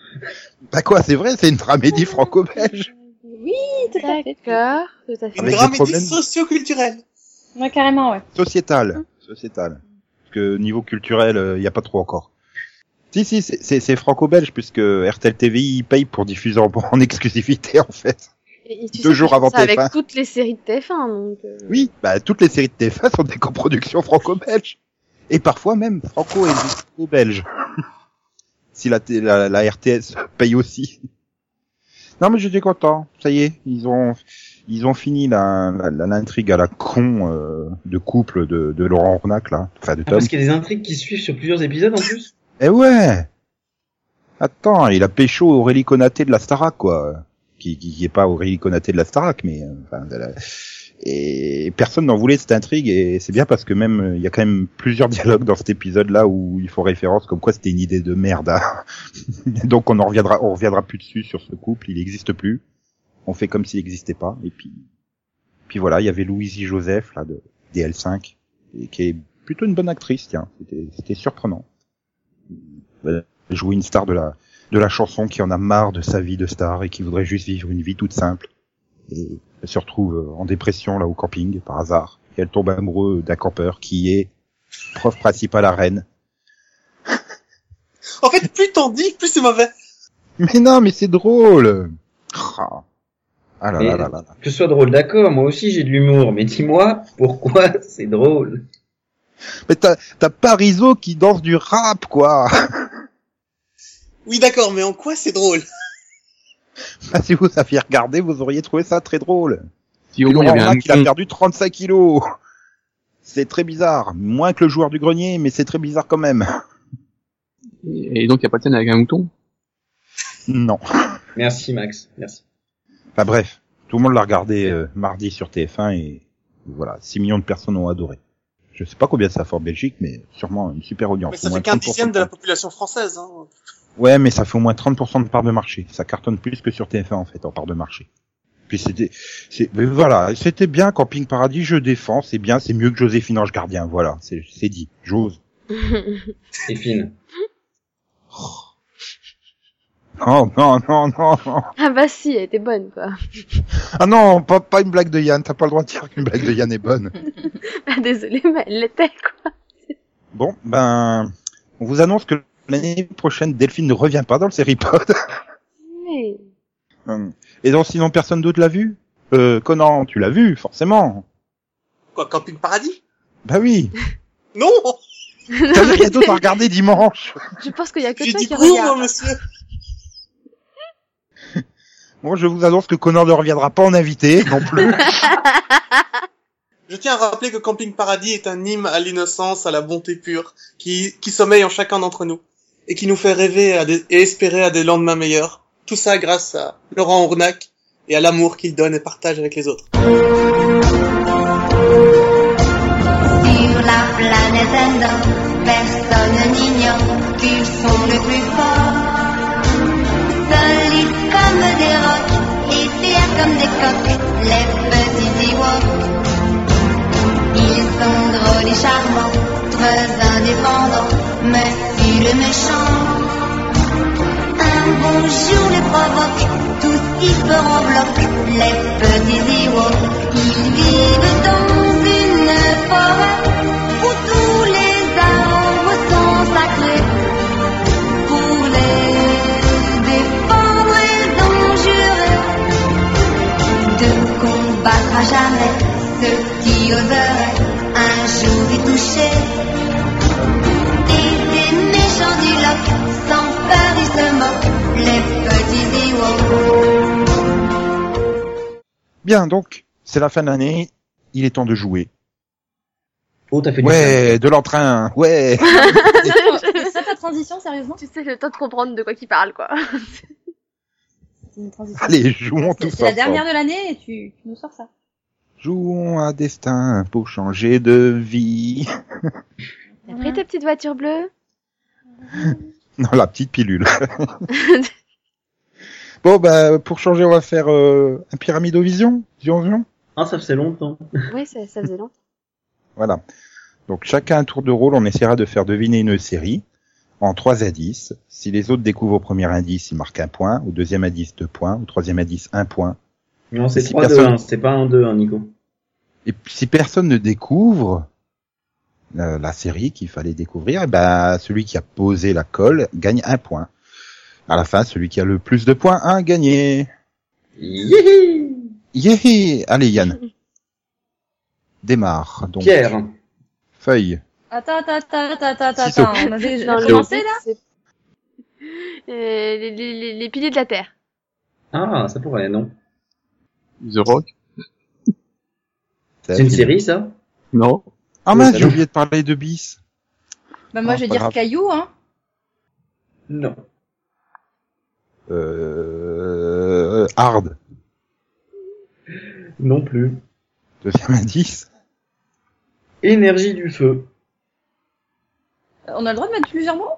A: bah quoi, c'est vrai, c'est une dramédie franco-belge.
C: Oui, tout à fait.
E: D'accord, tout à
D: Une
A: Avec des
E: fait.
D: dramédie
A: problèmes.
D: socio-culturelle.
C: Ouais, carrément, ouais.
A: Sociétale. Sociétale. Parce que niveau culturel, il n'y a pas trop encore. Si, si, c'est- c'est c'est franco-belge, puisque RTL TVI paye pour diffuser en, en exclusivité, en fait.
E: Et tu
A: Deux
E: sais
A: jours
E: qu'ils font
A: avant
E: ça Avec
A: TF1.
E: toutes les séries de TF1, donc. euh,
A: Oui, bah, toutes les séries de TF1 sont des coproductions franco-belges. Et parfois même franco- et belge si la, T- la, la RTS paye aussi. Non, mais j'étais content. Ça y est, ils ont, ils ont fini la- la- la- l'intrigue à la con euh, de couple de, de Laurent Ronac, là. Enfin, de Tom.
B: parce qu'il y a des intrigues qui suivent sur plusieurs épisodes en plus.
A: Eh ouais Attends, il a pécho Aurélie Conaté de la Starac, quoi. Qui, qui, qui est pas Aurélie Conaté de la Starac, mais... euh, Enfin, de la- Et personne n'en voulait cette intrigue, et c'est bien parce que même, euh, il y a quand même plusieurs dialogues dans cet épisode-là où ils font référence comme quoi c'était une idée de merde. hein. Donc on en reviendra, on reviendra plus dessus sur ce couple, il n'existe plus. On fait comme s'il n'existait pas, et puis... Puis voilà, il y avait Louise Joseph, là, de DL5, et qui est plutôt une bonne actrice, tiens. C'était- C'était surprenant jouer une star de la de la chanson qui en a marre de sa vie de star et qui voudrait juste vivre une vie toute simple. Et elle se retrouve euh, en dépression là au camping par hasard et elle tombe amoureuse d'un campeur qui est prof principal à Rennes.
D: En fait, plus t'en dis, plus c'est mauvais.
A: Mais non, mais c'est drôle. Ah Ah là
B: Et-
A: là là là. là.
B: Que ce soit drôle, d'accord, moi aussi j'ai de l'humour, mais dis-moi pourquoi c'est drôle.
A: Mais t'as t'as Pariso qui danse du rap quoi.
D: Oui, d'accord, mais en quoi c'est drôle
A: Ah, si vous aviez regardé, vous auriez trouvé ça très drôle.
F: Si
A: Et
F: au moins il y
A: Laurent
F: avait un
A: Blanc, il a
F: con.
A: perdu 35 kilos. C'est très bizarre, moins que le joueur du grenier, mais c'est très bizarre quand même.
F: Et donc il n'y a pas de scène avec un mouton.
A: Non.
B: Merci Max, merci.
A: Enfin bref, tout le monde l'a regardé euh, mardi sur TF1 et voilà, 6 millions de personnes ont adoré. Je sais pas combien ça fait en Belgique, mais sûrement une super audience.
D: Mais ça
A: Au moins
D: fait qu'un
A: 30%
D: dixième de la population française. Hein.
A: Ouais, mais ça fait au moins 30% de part de marché. Ça cartonne plus que sur TF1 en fait en part de marché. Puis c'était, c'est, mais voilà, c'était bien Camping Paradis, je défends, c'est bien, c'est mieux que Joséphine Ange Gardien, voilà, c'est c'est dit, j'ose.
B: Et Fine.
A: Non, non, non, non, non.
E: ah bah si, elle était bonne, quoi.
A: Ah non, pas, pas une blague de Yann, t'as pas le droit de dire qu'une blague de Yann est bonne.
E: Ah, Désolée, mais elle l'était, quoi.
A: Bon, ben, on vous annonce que l'année prochaine, Delphine ne revient pas dans le Seripod.
E: Mais...
A: Et donc, sinon, personne d'autre l'a vu euh, Conan, tu l'as vu, forcément.
D: Quoi, Camping Paradis
A: Bah oui.
D: Non
A: T'as vu, il y a d'autres à regarder dimanche.
E: Je pense qu'il y a que
D: J'ai
E: toi
D: dit
E: qui
D: court, moi,
E: regarde.
D: monsieur
A: Moi, je vous annonce que Conan ne reviendra pas en invité, non plus.
D: Je tiens à rappeler que Camping Paradis est un hymne à l'innocence, à la bonté pure, qui, qui sommeille en chacun d'entre nous, et qui nous fait rêver à des- et espérer à des lendemains meilleurs. Tout ça grâce à Laurent Ournac et à l'amour qu'il donne et partage avec les autre.
G: Sur la planète Inde, personne n'ignore qu'ils sont les plus forts. Solides comme des rocs, et fiers comme des coqs, les petits Ewoks. Ils sont drôles et charmants, très indépendants, monsieur le méchant. Un bon jour les provoque, tous ils feront bloc, les petits Ewoks. Ils vivent dans une forêt où tous les arbres sont sacrés. Pour les défendre, ils ont juré de combattre à jamais ceux qui oseraient un jour y toucher. Et des méchants du loch, sans peur ils se moquent, les petits Ewoks.
A: Bien, donc, c'est la fin de l'année, il est temps de jouer.
B: Oh, t'as fait du
A: Ouais, de l'entrain, ouais.
C: C'est ta transition, sérieusement
E: Tu sais, le temps de comprendre de quoi qu'il parle, quoi.
C: C'est une transition.
A: Allez, jouons
C: C'est
A: tous
C: c'est la
A: ensemble.
C: dernière de l'année et tu, tu nous sors ça.
A: Jouons à destin pour changer de vie.
E: T'as pris ta petite voiture bleue
A: Non, la petite pilule. bon, bah, pour changer, on va faire euh, un pyramidovision. Vision, vision.
B: Ah, ça faisait longtemps.
E: Oui, ça, ça faisait longtemps.
A: Voilà. Donc chacun un tour de rôle, on essaiera de faire deviner une série en 3 indices. Si les autres découvrent au premier indice, ils marquent un point, au deuxième indice deux points, au troisième indice un point.
B: Non, c'est
A: Si
B: 3 2
A: personne-
B: 1, c'est pas un 2 1 Nico.
A: Et puis, si personne ne découvre euh, la série qu'il fallait découvrir, eh ben celui qui a posé la colle gagne un point. À la fin, celui qui a le plus de points a gagné.
B: Yihi
A: Yéhé Allez Yann, démarre. Donc
B: Pierre,
A: feuille.
C: Attends, attends, attends, attends, attends,
A: Ciseaux.
C: attends. On a déjà
E: Dans le-
C: commencé là
E: c'est- Euh, les, les, les, les piliers de la Terre.
B: ah ça pourrait non.
F: The Rock
B: C'est une série ça
F: Non.
A: Ah mince,
B: Oui,
A: j'ai oublié de parler de bis.
C: Bah moi
A: Ah,
C: je vais
A: pas
C: dire
A: grave.
C: caillou, hein.
B: Non.
A: Euh... Hard.
B: Non plus.
A: Deuxième indice.
B: Énergie du feu.
C: Euh, On a le droit de mettre plusieurs mots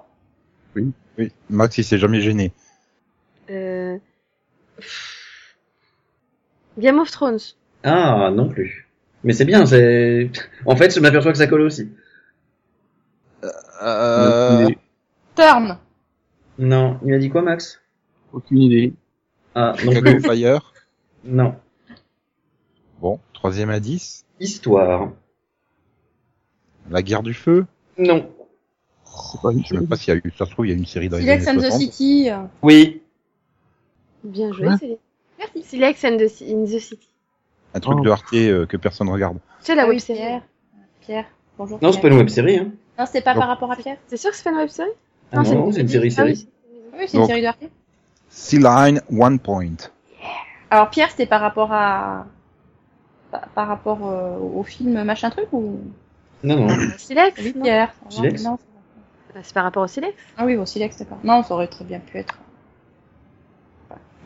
A: Oui, Max il s'est jamais gêné.
E: Euh... pff. Game of Thrones.
B: Ah non plus. Mais c'est bien, c'est en fait je m'aperçois que ça colle aussi.
A: Euh,
F: Aucune idée.
C: Turn.
B: Non, il a dit quoi Max
F: Aucune idée.
B: Ah non
A: Chicago
B: plus.
A: Fire.
B: Non.
A: Bon, troisième indice.
B: Histoire.
A: La guerre du feu.
B: Non.
F: C'est pas une
A: Je sais même pas s'il y a eu, ça se trouve, il y a eu une série dans les
C: Silex and
A: années
C: the
A: 60.
C: City. euh.
B: Oui.
E: Bien joué,
F: Quoi
E: Céline.
C: Merci.
E: Silex and the, in the City.
A: Un truc
F: Oh.
A: de Arte euh, que personne regarde.
E: C'est la
C: Ah
E: web
C: oui,
E: série.
C: Pierre. Pierre. Bonjour.
B: Non, c'est
C: Pierre.
B: pas une web série hein.
C: Non, c'est pas
A: Donc-
C: par rapport à Pierre.
E: C'est sûr que c'est pas une web série
B: Ah non, c'est une série
E: Ah
B: série.
E: oui, c'est-
C: Oui, c'est une
A: Donc-
C: série de Arte.
A: Sea Line One Point.
C: Alors Pierre, c'était par rapport à par, par rapport euh, au film machin truc ou
B: Non
E: Ah
B: non.
E: Silex
C: oui,
E: non
C: Pierre. ça va
B: Silex
C: Non, c'est bon.
E: Bah, C'est par rapport au Silex.
C: Ah oui, bon Silex, d'accord. Non, ça aurait très bien pu être.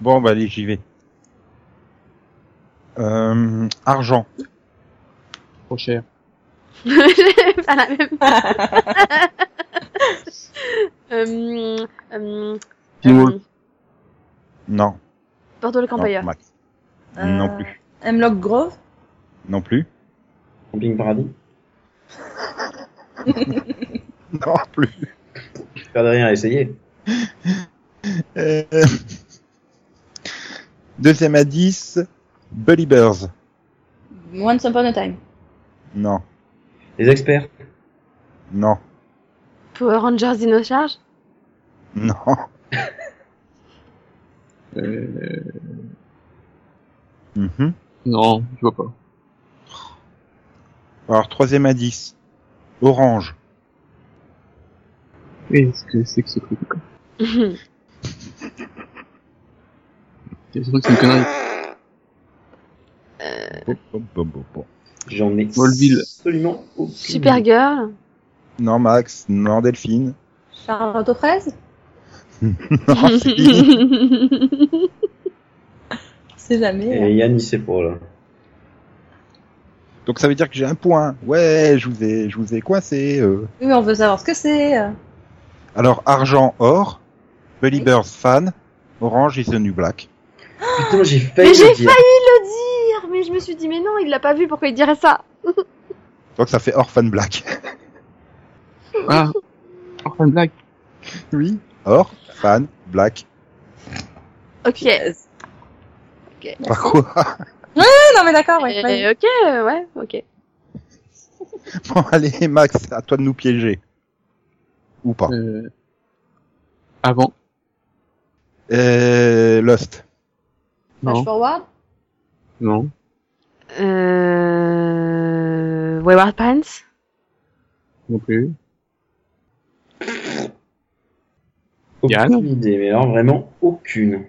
A: Bon, bah allez, j'y vais. Euh, argent.
F: trop chère.
E: J'ai pas la même. euh, euh,
F: Pinwall.
E: euh,
A: Non.
E: Bordeaux le
A: non
E: Campagneur.
A: Max.
C: Euh,
A: Non plus.
C: Hemlock Grove.
A: Non plus.
B: Camping Paradis.
A: Non plus.
B: Faire de rien à essayer.
A: Euh, Deuxième indice. Bully Bears.
C: Once Upon a Time.
A: Non.
B: Les experts.
A: Non.
E: Power Rangers Dino Charge.
A: Non.
F: Euh,
A: Mhm.
F: non, je vois pas.
A: Alors, troisième indice. Orange.
F: Qu'est-ce que c'est que ce truc quoi C'est ce truc, c'est une connerie.
A: Bon, bon, bon, bon, bon.
B: J'en ai
F: Smallville.
B: absolument aucune.
E: Supergirl.
A: Non, Max. Non, Delphine.
C: Charlotte aux fraises.
A: Non, Céline.
C: C'est jamais.
B: Et Yann, il sait pas, là.
A: Donc ça veut dire que j'ai un point. Ouais, je vous ai, je vous ai coincé. euh.
C: Oui, on veut savoir ce que c'est. euh.
A: Alors argent, or, Bully
C: Oui.
A: Bears fan, orange is the new black.
B: Putain, j'ai failli
E: mais j'ai
B: le
E: failli
B: dire.
E: le dire, mais je me suis dit mais non, il l'a pas vu, pourquoi il dirait ça
A: Donc ça fait orphan black.
F: Ah, enfin une blague.
A: Oui. Or, fan, black.
E: Ok.
A: Par quoi
C: Ah non, mais d'accord, ouais. ouais.
E: Eh, ok, euh, ouais, ok.
A: Bon allez Max, à toi de nous piéger. Ou pas.
F: Euh, avant.
C: Ah,
A: Euh, Lost.
C: Flash
F: Non,
C: forward.
F: non,
E: Euh... Wayward Pines.
F: non plus.
B: Aucune
F: Yann.
B: idée, mais alors vraiment aucune.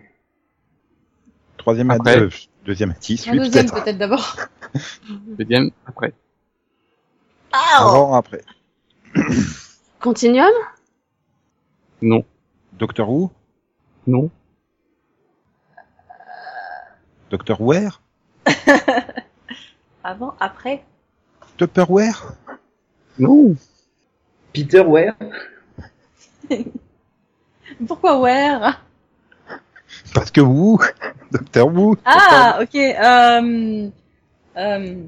A: Troisième à
F: Après.
A: deux. Deuxième à dix,
C: Un
A: oui,
C: deuxième
A: peut-être.
C: peut-être d'abord.
F: Deuxième, après.
C: Oh.
A: Avant, après.
E: Continuum.
F: Non,
A: Doctor Who
F: non,
A: Doctor Where
C: Avant, après.
A: Tupperware
F: Non.
B: Peter Ware
C: Pourquoi Where
A: Parce que vous, Docteur Wu.
C: Ah, ok. Euh, euh,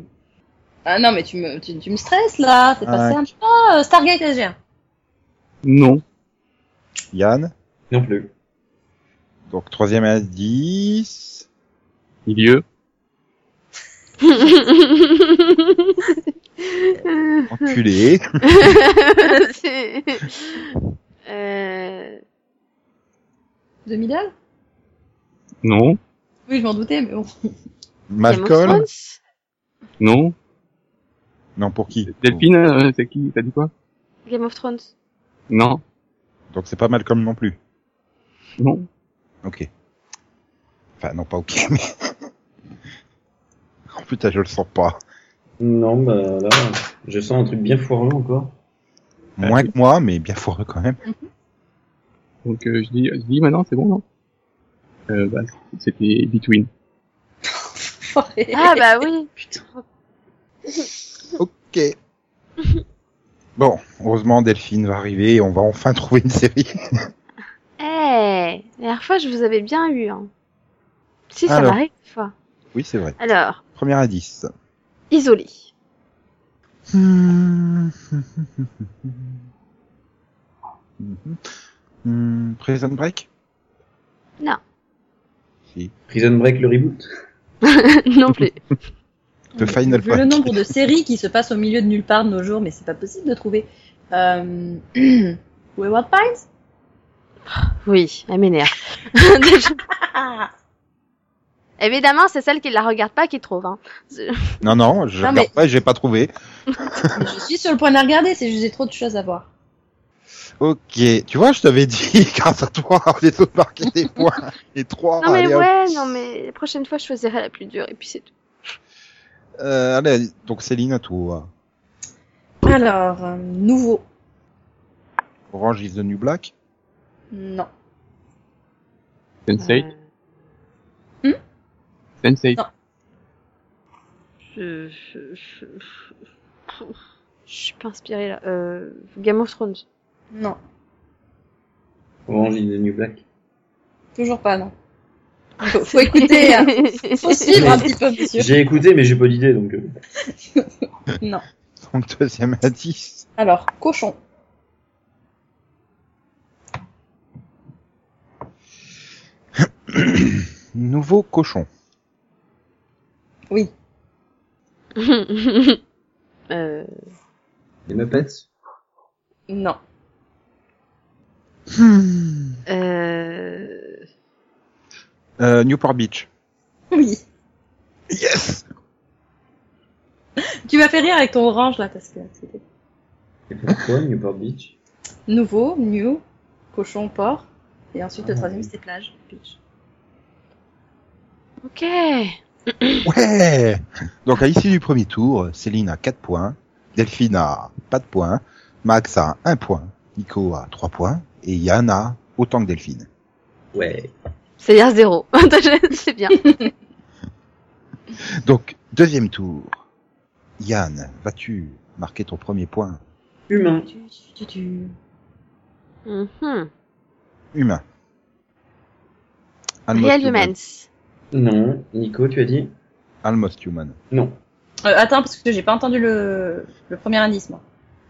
C: ah non, mais tu me, tu, tu me stresses là. C'est pas
A: Ah,
C: simple. Ah, euh, Stargate SG1.
F: Non.
A: Yann.
B: Non plus.
A: Donc troisième indice.
F: Milieu.
A: Enculé.
E: C'est- Euh,
C: De Middle
F: Non.
C: Oui, je m'en doutais, mais bon.
E: Game of
A: Malcolm.
E: Thrones
F: Non.
A: Non, pour qui
F: Delphine, euh, c'est qui T'as dit quoi
E: Game of Thrones.
F: Non.
A: Donc c'est pas Malcolm non plus.
F: Non.
A: Ok. Enfin, non, pas ok, mais... Oh putain, je le sens pas.
B: Non, bah là, je sens un truc bien foireux encore.
A: Moins que moi, mais bien foireux quand même.
F: Donc euh, je dis, je dis maintenant, c'est bon, non euh, bah, C'était Between.
E: Ah bah oui.
A: Ok. Bon, heureusement Delphine va arriver et on va enfin trouver une série.
E: Eh, la dernière fois, je vous avais bien eu. Hein. Si, ça
A: Alors.
E: m'arrive des fois.
A: Oui, c'est vrai.
E: Alors,
A: Premier indice.
E: isolé.
A: Hmm. Hmm, Prison Break
E: Non.
A: Si.
B: Prison Break le reboot
E: non plus.
A: The Final
C: Vu le
A: Fight.
C: nombre de séries qui se passent au milieu de nulle part de nos jours, mais c'est pas possible de trouver. Euh... Wayward Pines
E: Oui, elle m'énerve.
C: ah,
E: Évidemment, c'est celle qui la regarde pas qui trouve. Hein.
A: Non, non, je
C: Non,
A: regarde pas, j'ai pas trouvé.
C: mais Je suis sur le point de la regarder, c'est juste j'ai trop de choses à voir.
A: Ok, tu vois, je t'avais dit, grâce à toi, on est tous marqués des points. Les trois,
E: Non
A: Oh,
E: mais
A: allez, hop.
E: ouais, non mais la prochaine fois, je choisirai la plus dure et puis c'est tout.
A: Euh, allez, donc Céline à toi.
C: Alors, euh, nouveau.
A: Orange is the New Black.
C: Non.
F: Sensei.
C: Euh.
F: Sensei.
C: Non.
E: Je, je, je, je- je suis pas inspirée là. Euh, Game of Thrones.
C: Non.
B: Orange is the New Black.
C: Toujours pas, non. Faut, faut écouter, hein. Ah, faut suivre
E: hein.
C: un petit peu, monsieur.
B: J'ai écouté, mais j'ai pas d'idée, donc... euh,
C: Non.
A: Donc deuxième indice.
C: Alors, cochon.
A: Nouveau cochon.
C: Oui.
E: euh,
B: Les Muppets
C: Non.
E: euh,
A: Euh, Newport Beach.
C: Oui.
A: Yes
C: Tu m'as fait rire avec ton orange, là, parce que c'était
B: Et pourquoi Newport Beach
C: nouveau, new, cochon, porc. Et ensuite, le
B: Ah,
C: troisième,
B: oui.
C: c'était plage, beach.
E: ok.
A: Ouais Donc à l'issue du premier tour, Céline a 4 points, Delphine a pas de points, Max a 1 point, Nico a 3 points, et Yann a autant que Delphine.
B: Ouais.
E: C'est-à-dire zéro. c'est bien.
A: Donc, deuxième tour. Yann, vas-tu marquer ton premier point
B: Humain.
C: Tu- tu- tu- tu-
E: Mhm.
A: humain Almost
E: Real Humans.
B: Non. Nico, tu as dit
A: Almost human.
B: Non.
C: Euh, attends, parce que j'ai pas entendu le, le premier indice, moi.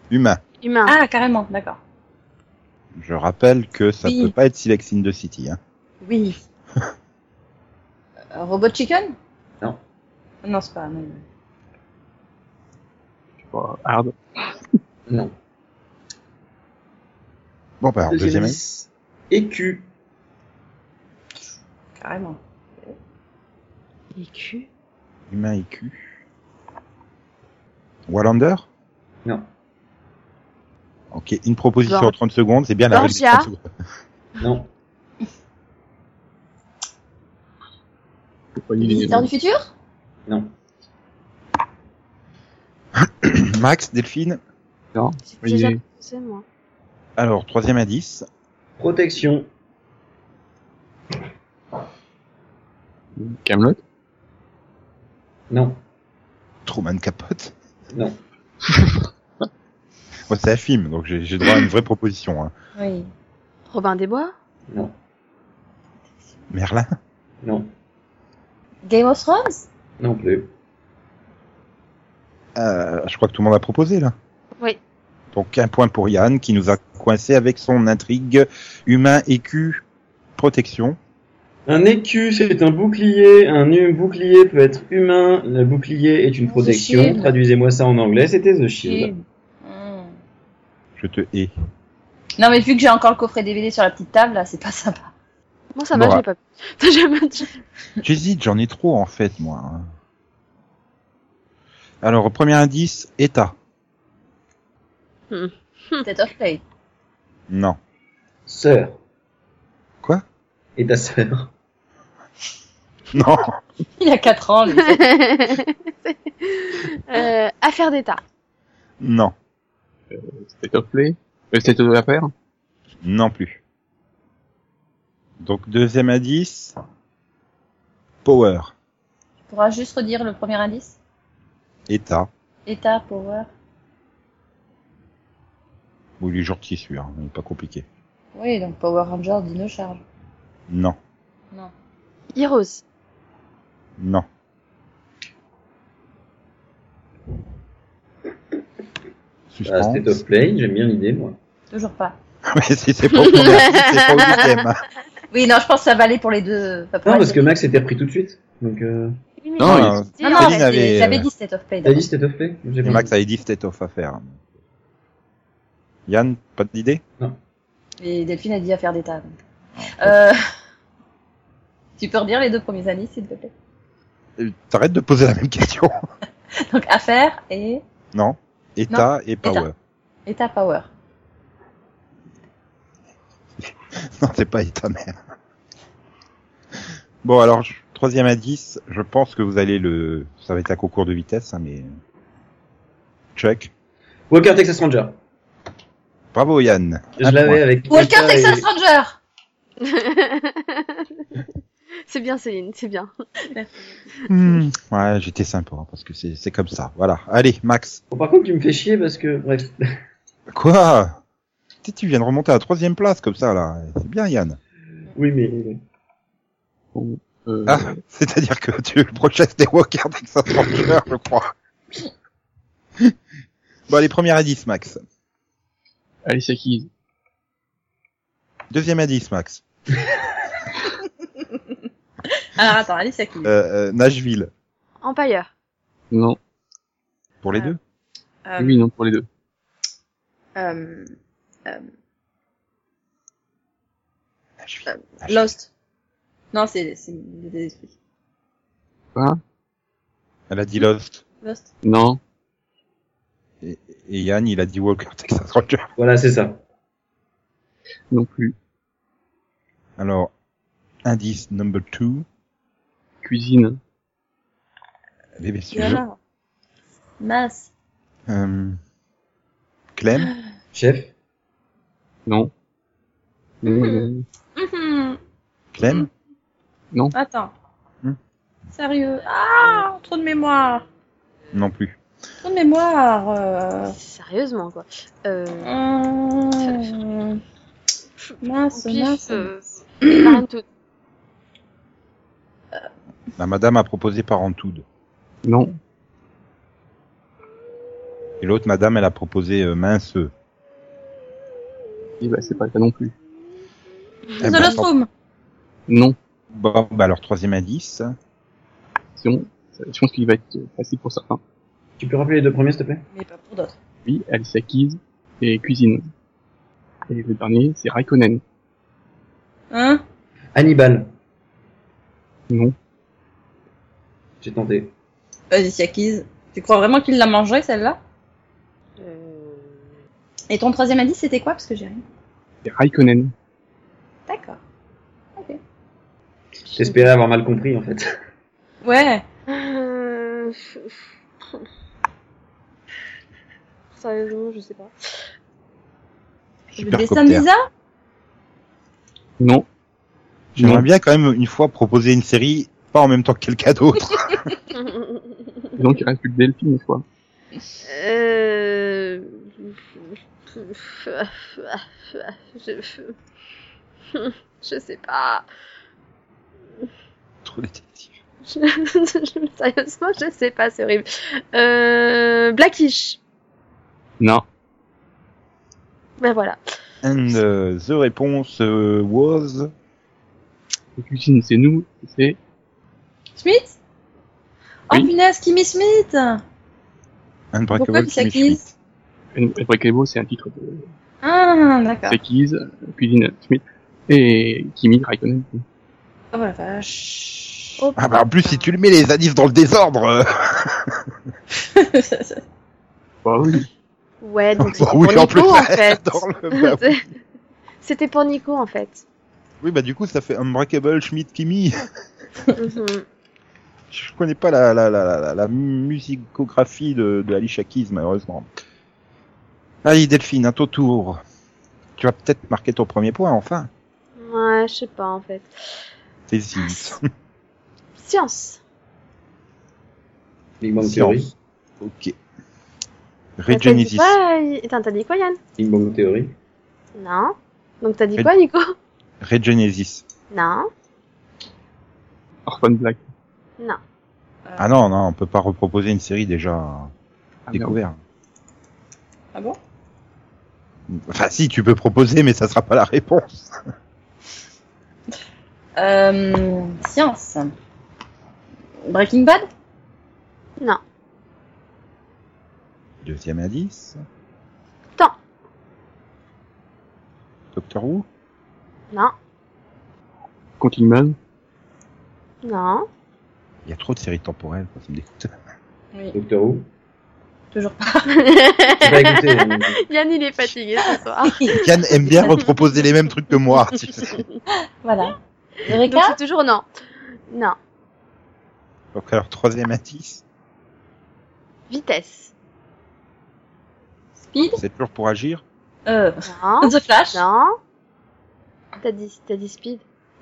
A: Humain.
E: Humain.
C: Ah, carrément, d'accord.
A: Je rappelle que ça
C: Oui.
A: peut pas être Silex in the City. Hein.
C: Oui. Euh, Robot chicken
B: Non.
C: Non, c'est pas, non.
F: Bon, Oh, hard.
B: Non.
A: Bon, bah, alors, deuxième.
B: indice. Écu.
C: Carrément.
E: Les culs.
A: Humain IQ. Wallander
B: Non.
A: Ok, une proposition
E: Bor-
A: en 30 secondes, c'est bien la règle des
E: Borgia.
A: 30 secondes.
B: Non.
F: Faut pas lui donner
C: Visiteur du futur
B: Non.
A: Max, Delphine.
E: J'ai
F: Oui.
E: déjà pensé, moi.
A: Alors, troisième indice.
B: Protection.
F: Camelot.
B: Non.
A: Truman Capote
B: Non.
A: Moi, c'est un film, donc j'ai j'ai droit à une vraie proposition. Hein.
C: Oui.
E: Robin des Bois
B: Non.
A: Merlin
B: Non.
C: Game of Thrones
B: Non plus.
A: Euh, Je crois que tout le monde a proposé, là.
E: Oui.
A: Donc, un point pour Yann, qui nous a coincé avec son intrigue humain-écu protection.
B: Un écu, c'est un bouclier. Un hum- bouclier peut être humain. Le bouclier est une
C: The
B: protection.
C: shield.
B: Traduisez-moi ça en anglais. C'était The Shield.
C: Hmm.
A: Je te hais.
C: Non, mais vu que j'ai encore le coffret DVD sur la petite table, là, c'est pas sympa.
E: Moi, ça va,
A: Nora.
E: je l'ai pas vu. J'aime-
A: J'hésite, j'en ai trop, en fait, moi. hein. Alors, premier indice, État.
C: Peut-être off play.
A: Non.
B: Sœur.
A: Quoi
B: Et ta sœur.
A: Non
C: Il a 4 ans, lui.
E: euh, affaire d'État.
A: Non.
F: State of play, euh, state of affaire,
A: Non plus. Donc, deuxième indice, Power.
C: Tu pourras juste redire le premier indice
A: État.
C: État, power.
A: Bon, il est gentil celui-là, hein, il est pas compliqué.
C: Oui, donc Power Ranger, Dino Charge.
A: Non,
C: Non.
E: Heroes.
A: non.
B: Ah,
A: Suspense.
B: State of Play. J'aime bien l'idée, moi.
C: Toujours pas.
A: Mais si c'est pas au premier article, c'est pas au huitième. hein.
C: Oui, non, je pense que ça valait pour les deux. enfin, pour
B: Non,
C: la
B: parce que
C: série.
B: Max était repris tout de suite. Donc, euh...
A: Non,
F: Non,
A: euh,
C: Non,
E: Dire,
C: non,
A: Céline
C: j'avais-
A: avait,
C: j'avais
A: euh,
C: dit State of Play.
B: T'as dit
C: d'abord.
B: State of Play J'ai pas
A: Max
B: compris.
A: avait dit State of Affair. Yann, pas d'idée
C: Et Delphine a dit affaire d'État. donc. Euh... Tu peux redire les deux premiers indices, s'il te plaît
A: Euh, T'arrêtes de poser la même question.
C: Donc affaire et
A: Non. État et Power.
C: État Power.
A: Non, c'est pas État même. Bon, alors, je- troisième indice, je pense que vous allez le... Ça va être un concours de vitesse, hein, mais... Check.
B: Walker Texas Ranger.
A: Bravo Yann.
B: Je
A: Un
B: l'avais
A: point.
B: avec.
C: Walker
B: Walker et-
C: Texas Ranger
E: c'est bien, Céline, c'est bien.
A: Hmm, Ouais, j'étais sympa hein, parce que c'est c'est comme ça. Voilà. Allez, Max.
B: Bon, par contre, tu me fais chier parce que, bref.
A: Quoi Tu sais, Tu viens de remonter à la troisième place comme ça là. C'est bien Yann.
B: Oui, mais.
F: euh,
A: Ah, c'est-à-dire que tu es le prochain des Walker Texas Ranger, je crois. Bon, allez, premier indice, Max.
F: Alicia Keys,
A: Deuxième indice, Max.
C: Alors Ah, attends, allez, c'est qui
A: Euh, euh, Nashville.
E: Empire.
F: non,
A: Pour les
C: Ah.
A: deux
C: Euh,
F: oui, non, pour les deux.
C: euh, euh,
A: Nashville. Nashville.
C: euh, Lost. Non, c'est c'est des esprits.
A: Elle a dit Lost.
C: Lost.
F: Non,
A: Et, et Yann, il a dit Walker Texas Ranger.
B: Voilà, c'est ça.
F: non plus.
A: Alors, indice number two.
F: Cuisine,
A: Les messieurs.
C: Violent. Masse.
A: Euh, Clem.
B: Chef.
F: non. Euh,
C: Mhm.
A: Clem
C: Attends.
A: Hmm.
C: Sérieux. Ah, trop de mémoire.
A: Non plus.
C: Trop de mémoire. euh.
E: Sérieusement, quoi. Euh,
C: Hum. Mince,
E: au pif,
C: mince.
E: euh, Parenthood.
A: La madame a proposé Parenthood.
F: non,
A: Et l'autre madame, elle a proposé euh, Mince.
F: et bah, c'est pas ça non plus.
A: Eh
C: The
A: ben,
C: Lost
A: tant-
C: Room.
F: Non,
A: Bon, bah alors troisième indice.
F: sinon, ça- je pense qu'il va être facile pour certains.
B: Tu peux rappeler les deux premiers, s'il te plaît
C: Mais pas pour d'autres.
F: Oui, Alicia Keys et Cuisine. Et le dernier, c'est Raikkonen.
C: Hein
B: Hannibal.
F: Non,
B: J'ai tenté.
C: Alicia Keys. Tu crois vraiment qu'il l'a mangée, celle-là
E: Euh,
C: Et ton troisième indice, c'était quoi Parce que j'ai rien.
F: c'est Raikkonen.
C: D'accord.
B: J'espérais avoir mal compris, en fait.
C: Ouais.
E: Euh, Sérieusement, je sais pas.
C: Le dessin de
A: Supercopter.
C: Lisa
F: Non,
A: J'aimerais
F: Non.
A: bien quand même une fois proposer une série, pas en même temps que quelqu'un d'autre.
F: Donc il reste plus que Delphine, je crois.
E: Euh... Je... je sais pas.
A: Trop détective.
E: Je- Sérieusement, je sais pas, c'est horrible. Euh... Blackish.
F: Non.
E: Ben voilà.
A: And euh, the réponse was
F: La cuisine, c'est nous, c'est...
C: Smith Oh
F: Oui.
C: punaise, Kimmy Smith
A: Unbreakable
C: Pourquoi
A: Kimmy
C: tu l'accuses
A: Schmidt.
F: euh, Breakable, c'est un titre de
C: Ah, d'accord.
F: c'est Keys, Cuisine Smith et Kimi Raikkonen.
C: Oh la vache.
E: Oh,
A: Ah bah en plus si tu le mets les indices dans le désordre. euh,
F: Bah oui.
E: Ouais, donc
A: bah
E: c'était pour Nico, en
A: là,
E: fait.
A: dans le- bah oui.
E: C'était pour Nico, en fait.
A: oui bah du coup ça fait Unbreakable Schmidt Kimi.
E: Mhm.
A: Je connais pas la la la la, la musicographie de, de Alicia Keys malheureusement. Allez Delphine, à ton tour. Tu vas peut-être marquer ton premier point enfin.
E: Ouais, je sais pas, en fait.
A: T'hésites.
E: Science.
B: Big Bang
A: Science.
B: Theory.
A: ok.
E: T'as dit
A: Regenesis.
E: quoi, euh, Attends, t'as dit quoi, Yann
B: Big Bang Theory.
E: Non. Donc t'as dit
A: Red-
E: quoi, Nico
A: Regenesis.
E: Non.
F: Orphan Black.
A: Ah non non, on peut pas reproposer une série déjà
F: Ah, merde.
A: découverte.
C: Ah bon
A: Enfin si, tu peux proposer mais ça sera pas la réponse.
C: euh, Science. Breaking Bad
A: Deuxième indice.
E: Temps.
A: Doctor Who
E: Non.
F: Continuum.
E: Non.
A: Il y a trop de séries temporelles, quoi, ça me dégoûte.
C: Oui,
B: Doctor Who.
C: toujours pas.
B: J'ai pas écouté. hein.
E: Yann, il est fatigué ce soir.
A: Yann aime bien reproposer les mêmes trucs que moi. tu sais.
C: Voilà.
E: Donc
C: Eureka
E: c'est toujours non. Non.
A: Donc alors, troisième indice,
E: Vitesse.
C: Speed
A: c'est pur pour agir.
C: euh,
E: Non.
C: The Flash
E: Non. T'as dit, t'as dit speed.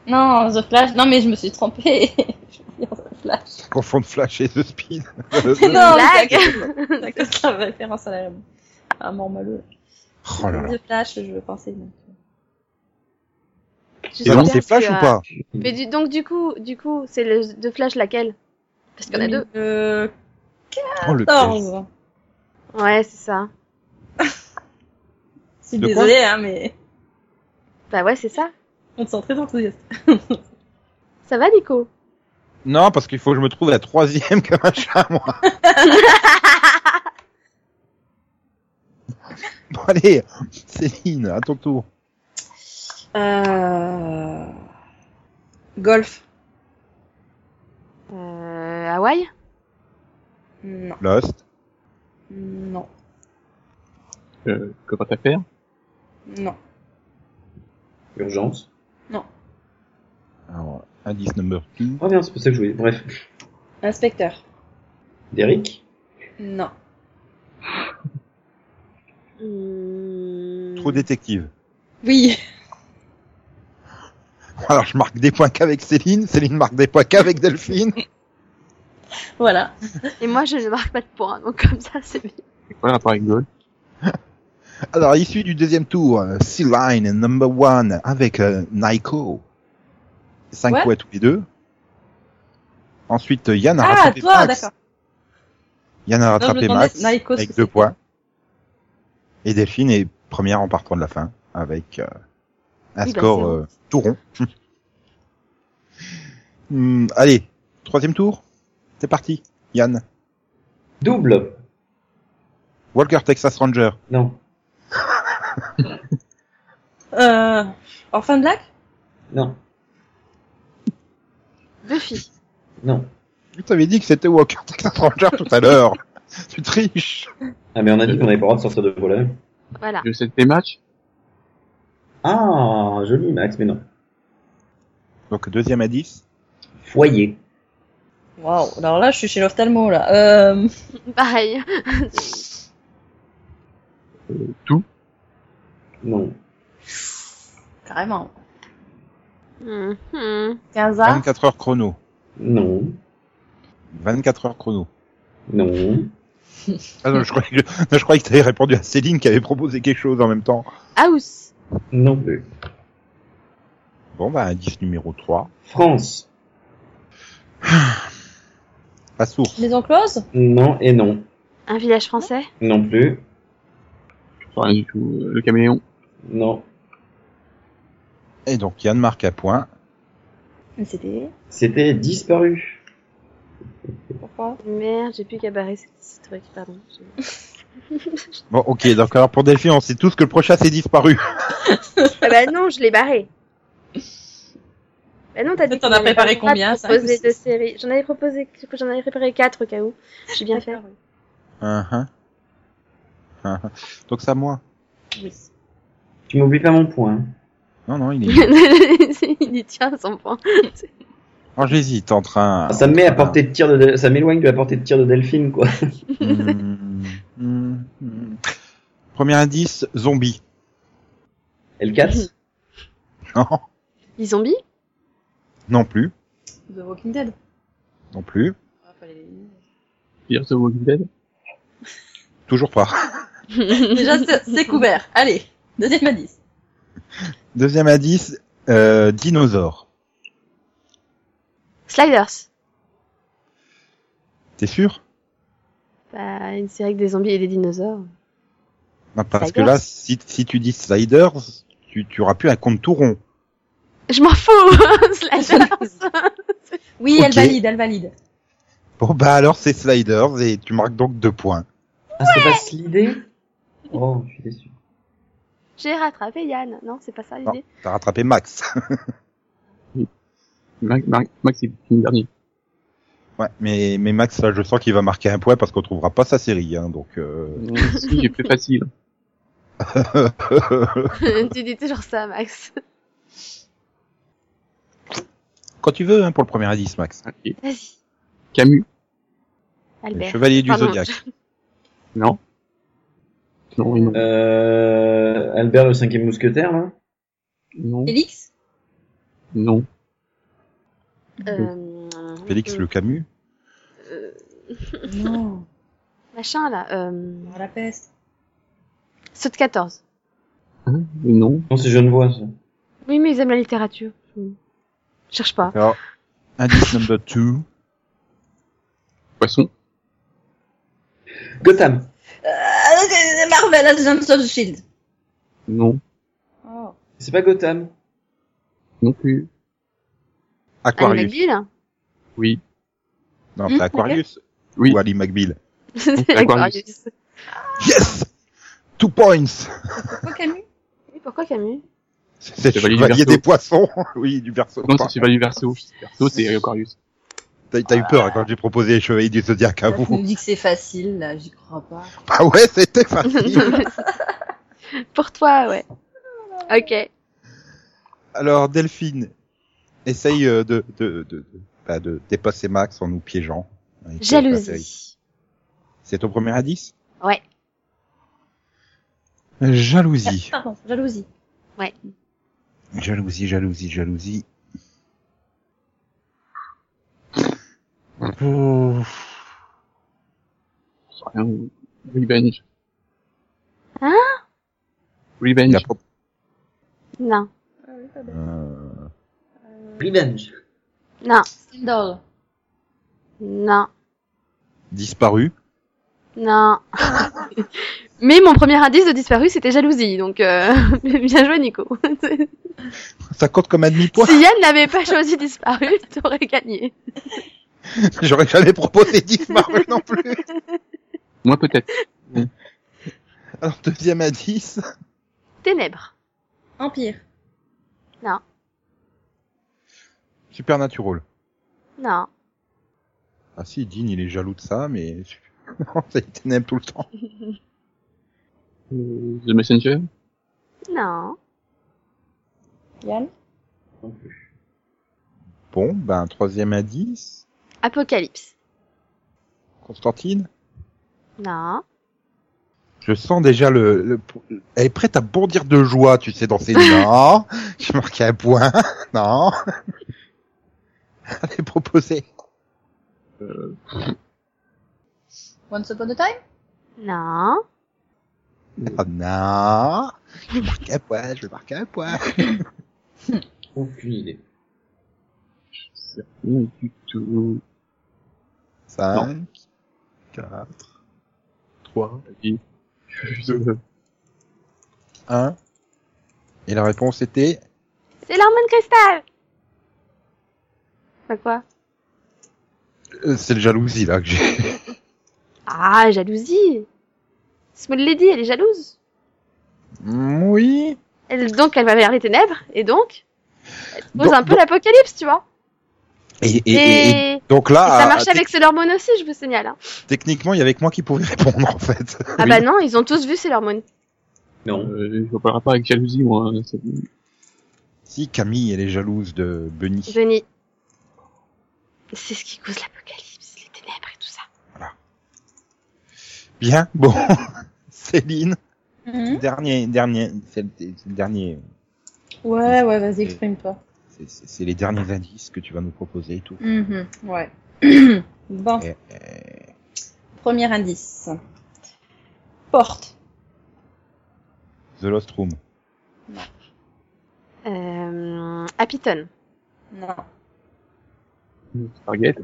C: Non, The Flash. Non, mais je me suis trompée. Je veux dire The Flash.
A: Confondre Flash et The Speed.
C: Mais non,
E: blague.
C: c'est que ça va référence à la à Mormalo.
A: oh là là.
C: The Flash, je pensais. donc.
E: Je
A: Et
E: sais
A: alors,
E: bien
A: c'est
E: que,
A: Flash ou
E: euh,
A: pas
E: Mais du, donc du coup, du coup, c'est le de Flash laquelle Parce qu'il y en a deux.
C: Euh,
A: Oh, le piège.
C: 14.
E: Ouais, c'est ça.
C: Je suis
A: De quoi
C: désolée, hein, mais
E: Bah ouais, c'est ça.
C: on te sent très enthousiaste.
E: Ça va, Nico
A: Non, parce qu'il faut que je me trouve la troisième comme un chat, moi. bon, allez, Céline, à ton tour.
C: Euh... Golf.
E: euh, Hawaï
C: Non.
A: Lost,
C: Non.
F: Euh, comment t'as fait
C: Non.
B: Urgence.
A: alors, indice number 2,
B: Oh merde, c'est pour ça que je voulais. Bref.
C: Inspecteur.
B: Derrick.
C: Non. Euh.
E: Hmm.
A: trop détective.
C: Oui.
A: Alors, je marque des points qu'avec Céline, Céline marque des points qu'avec Delphine.
C: Voilà.
E: Et moi, je ne marque pas de points, donc comme ça, c'est bien.
F: C'est quoi le rapport avec Gold
A: Alors, issue du deuxième tour, euh, Sea Line et number one avec euh, Nico. Cinq
C: Ouais.
A: points tous les deux. Ensuite, euh, Yann a
C: Ah,
A: rattrapé
C: toi,
A: Max.
C: d'accord.
A: Yann a
C: je me
A: rattrapé
C: demandais
A: Max
C: si Nico,
A: avec
C: c'était
A: deux
C: quoi.
A: points. Et Delphine est première en partant de la fin avec euh, un
E: Oui, bah,
A: score
E: c'est
A: euh, tout rond. Hum, allez, troisième tour. C'est parti. Yann.
B: Double.
A: Walker Texas Ranger.
B: Non.
C: Euh... Orphan Black
B: Non.
E: Deux filles.
B: Non.
A: Tu t'avais dit que c'était Walker Texas Ranger tout à l'heure. tu triches.
B: Ah mais on a dit qu'on avait pas le droit de sortir de voilà.
E: Voilà.
F: Je sais tes matchs
B: Ah, joli Max, mais non.
A: Donc deuxième à 10.
B: Foyer.
C: Waouh. Alors là, je suis chez l'ophtalmo, là. Euh...
E: Pareil.
B: Non.
C: Carrément.
E: Hmm, hmm.
C: 15
A: 24 heures chrono.
B: Non.
A: 24 heures chrono.
B: Non.
A: Ah non, je croyais que, non, je croyais que t'avais répondu à Céline qui avait proposé quelque chose en même temps.
E: House.
B: Non plus.
A: Bon, bah, indice numéro 3.
B: France.
A: La source.
C: Maison close
B: Non et non.
E: Un village français.
B: Non plus.
F: Rien du tout. euh, Le caméléon.
B: Non.
A: Et donc, Yann marque à point.
C: Mais c'était...
B: C'était disparu.
C: Pourquoi
E: Merde, j'ai plus cabaret, c'est- c'est truc, pardon. Je-
A: Bon, ok, donc alors pour Delphine, on sait tous que le prochain s'est disparu.
E: Ah bah non, je l'ai barré. Bah non, t'as dit.
C: T'en
E: qu'on
C: as
E: avait
C: préparé
E: pas le droit de
C: combien, cinq ou
E: proposer
C: six
E: deux séries. J'en avais proposé, du coup, j'en avais préparé quatre au cas où. J'ai bien fait.
A: Hein, hein. Hein, hein. Donc, c'est à moi.
C: Oui.
B: Tu m'oublies pas mon point. hein.
A: Non, non, il est.
E: Il dit tiens, son point.
A: Alors, Oh, j'hésite entre un.
B: Ah, ça me met à portée de tir de, Del- ça m'éloigne de la portée de tir de Delphine, quoi.
A: Hmm, hmm, hmm. Premier indice, zombie.
B: Elle casse.
A: Non,
E: Les zombies
A: non plus,
C: The Walking Dead.
A: non plus,
C: Ah, fallait l'éliminer.
F: Fear the Walking Dead.
A: toujours pas.
C: Déjà, c'est c'est couvert. Allez, deuxième indice.
A: Deuxième indice, euh, dinosaure.
E: Sliders.
A: T'es sûr
E: Bah, une série avec des zombies et des dinosaures.
A: Non, Parce
E: Sliders.
A: que là, si, si tu dis sliders, tu, tu auras plus un compte tout rond.
E: Je m'en fous Sliders
C: Oui,
A: Ok.
C: elle valide, elle valide.
A: Bon bah alors c'est sliders et tu marques donc deux points.
B: Ah, c'est pas slidé Oh, je suis déçu.
E: J'ai rattrapé Yann. Non, c'est pas ça l'idée.
A: T'as rattrapé Max.
F: Max, Max, Max est le dernier.
A: ouais, mais, mais Max là je sens qu'il va marquer un point parce qu'on trouvera pas sa série. Hein, donc euh...
F: si, j'ai plus facile.
E: tu dis toujours ça, Max.
A: quand tu veux hein, pour le premier indice Max.
F: Ok.
E: Vas-y,
F: Camus.
A: Le
E: Albert.
A: Chevalier du
E: Eh ben, Pardon.
A: Zodiac.
F: Non. Non, non,
B: Euh, Albert le cinquième mousquetaire, hein. là
F: non,
C: Félix
F: non.
E: Euh,
A: Félix
E: euh,
A: le Camus.
E: euh,
C: Non,
E: machin là. Euh,
C: la peste.
E: ceux de 14.
F: Hein, non.
B: Non, c'est Genevois, ça.
E: Oui, mais ils aiment la littérature. Hmm. Cherche pas.
A: Alors indice number two.
F: Poisson.
B: Gotham.
C: Euh, c'est Marvel Agents of Shield.
F: Non.
C: Oh.
B: C'est pas Gotham.
F: Non plus.
E: Anne
A: Aquarius.
E: McGill
F: Oui.
A: Non
C: Hmm,
A: c'est Aquarius.
F: Oui.
A: Ou Ali McBeal.
E: C'est
F: Aquarius.
E: Aquarius.
A: Yes. Two points.
C: Pourquoi Camus
E: Oui, pourquoi Camus
A: C'est le
F: Chevalier du
A: Chevalier
F: Verseau.
A: des Poissons. oui du Verseau.
F: Non, c'est Chevalier Verso. Verso, c'est Aquarius.
A: T'as t'as eu peur hein, quand j'ai proposé les Chevaliers du Zodiac à
C: Tu
A: vous.
C: nous dis que c'est facile, là, j'y crois pas.
A: Ah ouais c'était facile.
E: Pour toi, ouais. Ok.
A: Alors Delphine, essaye euh, de de de, de, bah, de dépasser Max en nous piégeant. Avec, euh, ta série.
E: Jalousie.
A: C'est ton premier indice
E: Ouais.
A: Euh, Jalousie.
C: Pardon, jalousie.
A: Jalousie, jalousie, jalousie. Ouh.
F: Je sais rien. Revenge.
E: Hein
A: Il a
F: Revenge.
A: pro-
E: Non.
A: euh,
B: Revenge.
E: Non.
C: Scandal.
E: Non.
A: disparu.
E: Non. Mais mon premier indice de disparu, c'était jalousie. Donc, euh, bien joué, Nico.
A: Ça compte comme un demi-point.
E: si Yann n'avait pas choisi disparu, t'aurais gagné.
A: J'aurais jamais proposé disparu non plus.
F: Moi, peut-être.
A: Alors deuxième indice.
E: Ténèbres.
C: Empire.
A: Supernatural.
E: Non.
A: Ah si, Dean il est jaloux de ça, mais non, ça il ténèbre tout le temps.
F: Euh, The Messenger.
E: Non.
C: Yann
A: Bon, ben troisième indice.
E: Apocalypse.
A: Constantine.
E: Non.
A: Je sens déjà le, le- Elle est prête à bondir de joie, tu sais, dans ses... Non J'ai marqué un point. Non Elle est proposée.
F: Euh,
C: Once Upon a Time
E: Non.
A: Ah non Je marque un point, je marque un point.
B: Aucune idée.
F: C'est rien du tout.
A: 5, 4,
F: 3, et... Je-
A: 1. Et la réponse était
E: C'est l'hormone cristal Bah quoi
A: Euh, C'est le jalousie là que j'ai.
E: Ah, jalousie Small Lady, elle est jalouse.
A: Mm, Oui.
E: Elle, donc, elle va vers les ténèbres, et donc, elle pose
A: Donc-
E: un peu
A: donc-
E: l'apocalypse, tu vois.
A: Et, et,
E: Et,
A: et- et donc là,
E: et ça
A: ah,
E: marche
A: ah,
E: avec ses hormones aussi, je vous signale. hein.
A: tec- techniquement, il y avait que moi qui pouvais répondre en fait.
E: Ah bah non, ils ont tous vu ses hormones.
B: Non.
F: Euh, je vois pas le rapport avec jalousie, moi. hein, c'est-
A: Si Camille, elle est jalouse de Bunny.
E: Denis. C'est ce qui cause l'apocalypse, les ténèbres et tout ça.
A: Bien, bon. Céline,
C: Mhm.
A: dernier, dernier, c'est le, c'est le dernier.
C: Ouais, ouais, vas-y, exprime-toi.
A: C'est- C'est c'est les derniers indices que tu vas nous proposer et tout.
C: Mhm, Ouais. bon,
A: Et-
C: premier indice. Porte.
A: The Lost Room.
E: Euh, à Python.
C: Non,
F: Target.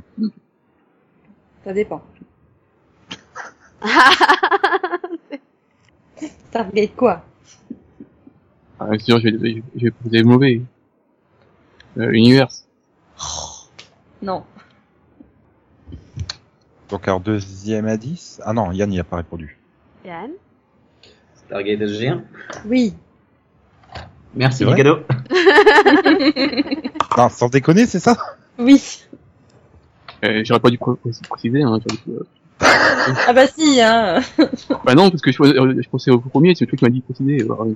C: ça dépend. Target quoi
F: Ah, sinon, je vais, je vais- je vais poser le mauvais. Euh, univers.
C: Non.
A: Donc alors deuxième indice. Ah non, Yann il a pas répondu.
E: Yann.
B: Stargate SG1.
C: Oui.
B: Merci,
A: C'est vrai
B: cadeau.
A: Non, sans déconner, c'est ça
C: Oui.
F: Euh, j'aurais pas dû pré- pré- préciser, hein. j'aurais dû- euh,
C: Ah bah si, hein.
F: Bah non, parce que je, euh, je pensais au premier, c'est le truc qui m'a dit préciser. alors, euh,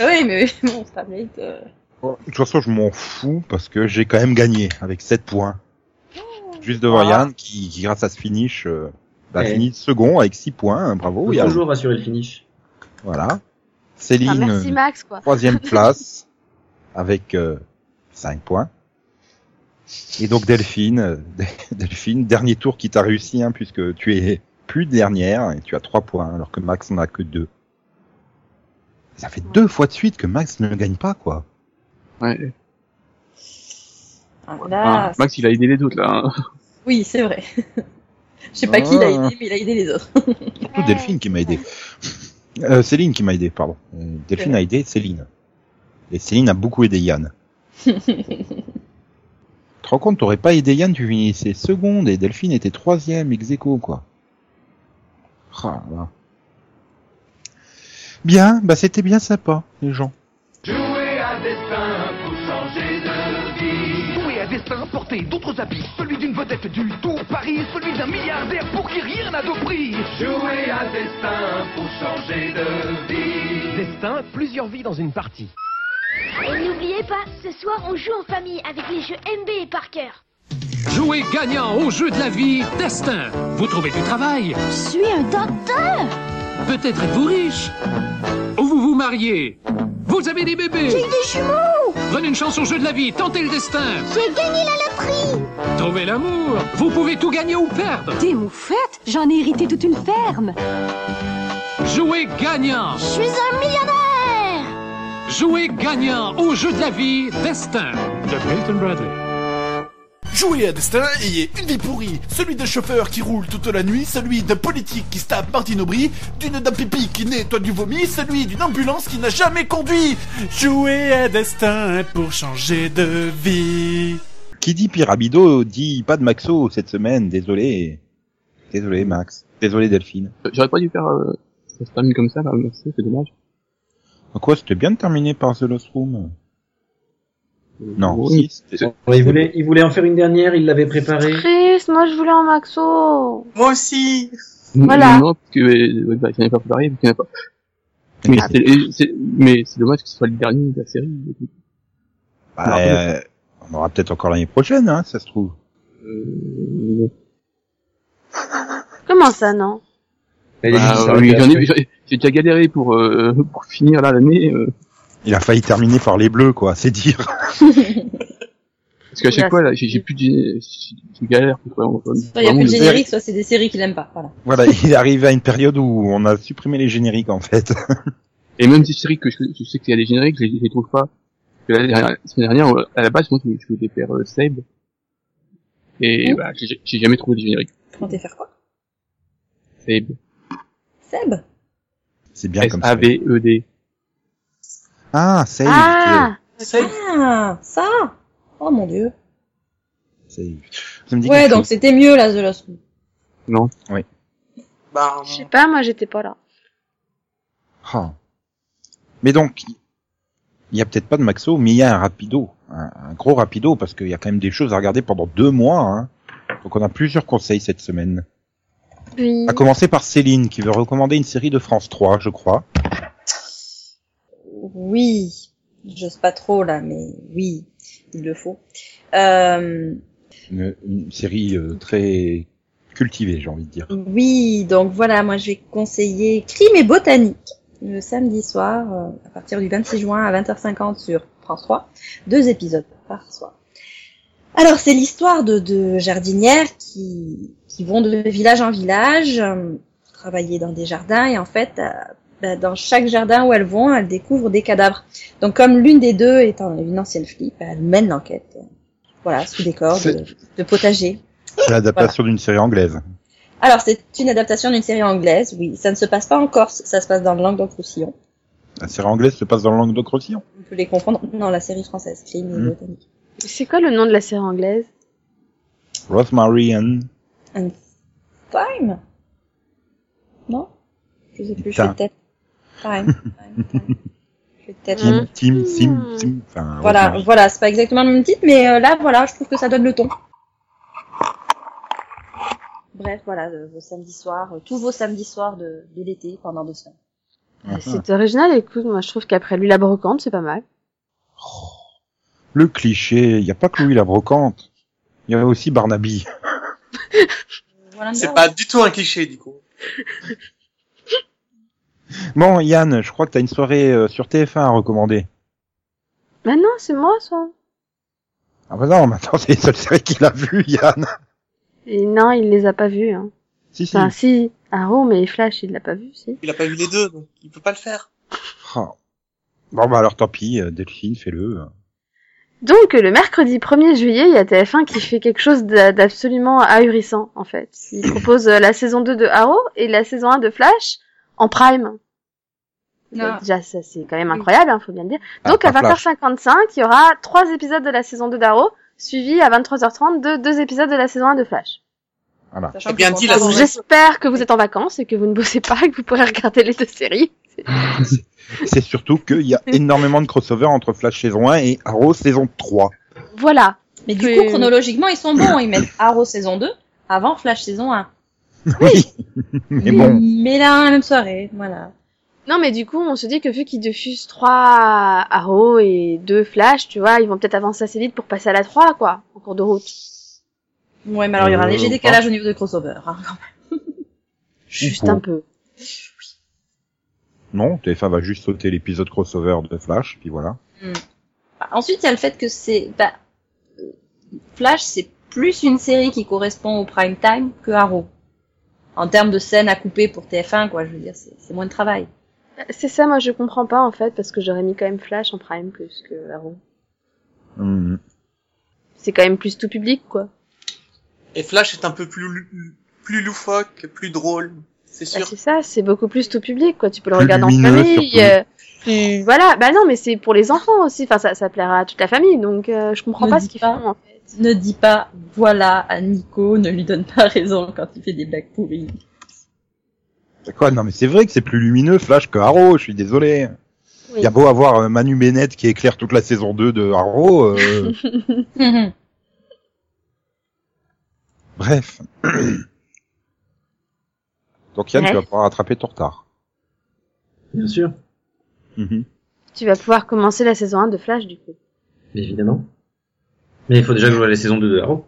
C: oui, mais bon, Stargate. euh,
A: Bon, Oh, De toute façon, je m'en fous parce que j'ai quand même gagné avec 7 points. Juste devant
C: Ah.
A: Yann qui, qui, grâce à ce finish, euh, bah,
B: Eh.
A: finit second avec 6 points. hein, Bravo
B: Faut
A: Yann.
B: toujours assurer le finish.
A: Voilà.
E: Enfin,
A: Céline,
E: Ah, merci
A: euh,
E: Max, quoi.
A: troisième place avec 5 points. Et donc Delphine, euh, Delphine, dernier tour qui t'a réussi hein, puisque tu es plus dernière et tu as 3 points alors que Max n'en a que 2. Ça fait deux fois de suite que Max ne gagne pas quoi.
F: ouais.
C: ah,
F: Ah,
C: là,
F: Max, il a aidé les autres, là. hein.
C: oui, c'est vrai. Je sais pas qui l'a aidé, mais il a aidé les autres.
A: Surtout Delphine qui m'a aidé. Euh, Céline qui m'a aidé, pardon. Euh, Delphine a aidé Céline. Et Céline a beaucoup aidé Yann. Tu te rends compte, t'aurais pas aidé Yann, tu finissais seconde et Delphine était troisième, ex aequo, quoi. Ah, là. Bien, bah c'était bien sympa, les gens.
H: Jouer à destin pour changer de vie.
I: Doué à destin, porté d'autres habits, celui d'une vedette du Tour Paris, celui d'un milliardaire pour qui rien n'a de prix.
H: Jouer à destin pour changer de vie.
I: Destin, plusieurs vies dans une partie.
J: Et n'oubliez pas, ce soir on joue en famille avec les jeux MB et Parker.
I: Jouer gagnant au jeu de la vie, Destin. Vous trouvez du travail,
J: Je suis un docteur
I: peut-être êtes-vous riche, ou vous vous mariez. Vous avez des bébés. J'ai des jumeaux. Prenez une chance au jeu de la vie, tentez le destin.
J: J'ai gagné la loterie
I: Trouvez l'amour. Vous pouvez tout gagner ou perdre.
K: Des moufettes J'en ai hérité toute une ferme
I: Jouer gagnant.
J: Je suis un millionnaire
I: Jouer gagnant au jeu de la vie, Destin. De Milton Bradley.
H: Jouer à destin, ayez une vie pourrie. Celui d'un chauffeur qui roule toute la nuit, celui d'un politique qui se tape Martine Aubry, d'une dame pipi qui nettoie du vomi, celui d'une ambulance qui n'a jamais conduit. Jouer à destin pour changer de vie.
A: Qui dit Pyramido dit pas de Maxo cette semaine, désolé. Désolé Max. Désolé Delphine.
F: J'aurais pas dû faire, euh, ça se termine comme ça, là, merci, c'est dommage.
A: En quoi c'était bien de terminer par The Lost Room Non,
F: Euh, Oui.
A: si, c'était-
B: Ouais, il, voulait, il voulait en faire une dernière, il l'avait préparée.
E: Triste, moi je voulais un Maxo.
D: Moi aussi.
E: Voilà.
F: Non, parce que, euh, ouais, bah, il n'y en a pas préparé, parce qu'il n'y en a pas. Mais
A: Ah.
F: c'est- et c'est, mais c'est dommage que ce soit le dernier de la série.
A: Bah, euh, on aura peut-être encore l'année prochaine, hein, ça se trouve.
F: Euh,
E: Comment ça, non
B: Elle est
F: bah,
B: juste
F: oui,
B: arrêtée
F: j'en ai,
B: après.
F: j'ai j'ai déjà galéré pour, euh, pour finir, là, l'année, euh,
A: Il a failli terminer par les bleus, quoi, c'est dire.
F: Parce qu'à chaque
C: Oula,
F: fois, là, j'ai j'ai plus de, gé- j'ai j'ai galère, quoi. On-
C: Soit
F: on-
C: il y a
F: vraiment,
C: plus de
F: Ah le-
C: générique, soit c'est des séries qu'il aime pas. Voilà.
A: Voilà, il arrive à une période où on a supprimé les génériques en fait.
F: Et même des séries que je, je sais qu'il y a des génériques, je les, je les trouve pas. Parce que la dernière- la semaine dernière, euh, à la base, moi, je je voulais faire euh, Save. Et
C: Mmh.
F: bah, j'ai j'ai jamais trouvé les génériques.
C: Quand t'es faire quoi
F: Save.
C: Seb
A: C'est bien Ah, comme ça.
F: S-A-V-E-D.
A: Ah, save.
E: Ah
D: Save.
C: Ah, ça Oh mon dieu.
A: Save. Ça me dit
C: Ouais,
A: quelque
C: donc
A: chose.
C: c'était mieux là, The Lost Room.
F: Non.
D: Bah,
E: Je sais pas, moi j'étais pas là.
A: Ah. Mais donc, il y a peut-être pas de Maxo, mais il y a un rapido, un, un gros rapido, parce qu'il y a quand même des choses à regarder pendant deux mois. hein. Donc on a plusieurs conseils cette semaine.
E: Oui.
A: À commencer par Céline, qui veut recommander une série de France 3, je crois.
C: Oui, j'ose pas trop là, mais oui, il le faut. Euh,
A: Une, une série euh, très cultivée, j'ai envie de dire.
C: oui, donc voilà, moi je vais conseiller Crime et Botanique le samedi soir euh, à partir du 26 juin à 20h50 sur France 3, deux épisodes par soir. Alors c'est l'histoire de, de jardinières qui, qui vont de village en village euh, travailler dans des jardins et en fait euh, bah, dans chaque jardin où elles vont, elles découvrent des cadavres. Donc comme l'une des deux est en- une ancienne flic, bah, elle mène l'enquête. euh, Voilà, sous décor de, de potager.
A: C'est l'adaptation d'une série anglaise.
C: Alors, c'est une adaptation d'une série anglaise, oui. Ça ne se passe pas en Corse, ça se passe dans le Languedoc-Roussillon.
A: La série anglaise se passe dans le Languedoc-Roussillon.
C: On peut les confondre dans la série française, Crime et
A: Mhm.
C: Botanique.
E: C'est quoi le nom de la série anglaise
A: Rosemary and...
C: And Time Non Je sais plus, je
A: Time.
C: vais peut-être... Time, time, time. Je vais peut-être...
A: Tim, Tim, Sim,
E: Hmm.
A: Tim... Enfin,
C: Voilà,
A: Rosemary.
C: voilà, c'est pas exactement le même titre, mais euh, là, voilà, je trouve que ça donne le ton. Bref, voilà, euh, vos samedis soirs, euh, tous vos samedis soirs de, de l'été pendant deux semaines.
A: Ah, ah.
E: C'est original, écoute, moi je trouve qu'après lui la brocante, c'est pas mal.
A: Le cliché, il n'y a pas que Louis la brocante. Il y avait aussi Barnaby.
C: Voilà,
D: c'est pas du tout un cliché, du coup.
A: Bon, Yann, je crois que tu as une soirée euh, sur TF1 à recommander.
E: Bah non, c'est moi ça.
A: Ah bah non, maintenant c'est les seules séries qu'il a vues, Yann.
E: Et non, il les a pas vus. Hein.
A: Si, si.
E: Enfin, si, Arrow, mais Flash, il l'a pas vu, si.
D: Il a pas vu les deux, donc il peut pas le faire.
A: Ah. Bon bah alors tant pis, euh, Delphine, fais-le.
E: Donc, le mercredi 1er juillet, il y a TF1 qui fait quelque chose d'a- d'absolument ahurissant, en fait. Il propose euh, la saison 2 de Arrow et la saison 1 de Flash en prime.
C: Non.
E: Déjà, ça, c'est quand même incroyable, hein, faut bien le dire.
A: Ah,
E: Donc, à
A: pas Flash.
E: 20h55, il y aura trois épisodes de la saison 2 d'Arrow, suivis à 23h30 de deux épisodes de la saison 1 de Flash.
A: Voilà.
C: Sachant
D: Eh bien,
C: que
D: dis la
C: pendant-
D: Ouais.
E: J'espère que vous êtes en vacances et que vous ne bossez pas et que vous pourrez regarder les deux séries.
A: C'est surtout qu'il y a énormément de crossovers entre Flash saison 1 et Arrow saison 3.
E: Voilà.
C: Mais du
E: Oui,
C: coup,
E: oui.
C: chronologiquement, ils sont bons. Ils mettent Arrow saison 2 avant Flash saison 1.
A: Oui. Mais bon,
C: Mais là, la même soirée, voilà.
E: Non, mais du coup, on se dit que vu qu'ils diffusent trois Arrow et deux Flash, tu vois, ils vont peut-être avancer assez vite pour passer à la 3, quoi, en cours de route.
C: Ouais, mais alors il y aura un
A: Euh,
C: léger
A: ou pas.
C: décalage au niveau des crossovers. hein, quand même.
E: Juste
A: Ou pas.
E: un peu.
A: non, TF1 va juste sauter l'épisode crossover de Flash, puis voilà.
C: Bah, Ensuite, il y a le fait que c'est... Bah, euh, Flash, c'est plus une série qui correspond au prime time que Arrow. En termes de scènes à couper pour TF1, quoi, je veux dire, c'est c'est moins de travail.
E: C'est ça, moi, je comprends pas, en fait, parce que j'aurais mis quand même Flash en prime plus que Arrow.
A: Hmm.
E: C'est quand même plus tout public, quoi.
D: Et Flash est un peu plus, lou- plus loufoque, plus drôle, c'est
E: Bah,
D: sûr.
E: c'est ça, c'est beaucoup plus tout public, quoi. Tu peux le
A: Plus
E: regarder en
A: lumineux,
E: famille.
A: surtout.
E: euh, plus... Voilà, bah non, mais c'est pour les enfants aussi. Enfin, ça, ça plaira à toute la famille, donc euh, je comprends
C: Ne
E: pas
C: dis
E: ce qu'ils
C: pas.
E: font. en fait.
C: Ne dis pas, voilà, à Nico, ne lui donne pas raison quand il fait des blagues pourries.
A: Quoi Non mais c'est vrai que c'est plus lumineux Flash que Arrow, je suis désolé. Il
E: Oui.
A: y a beau avoir euh, Manu Bennett qui éclaire toute la saison 2 de Arrow. euh,
C: Mhm.
A: Bref. Donc Yann,
E: Bref.
A: tu vas pouvoir rattraper ton retard.
B: Bien sûr,
A: Mhm.
E: Tu vas pouvoir commencer la saison 1 de Flash, du coup.
B: mais évidemment. Mais il faut déjà que je vois la saison 2 de Arrow.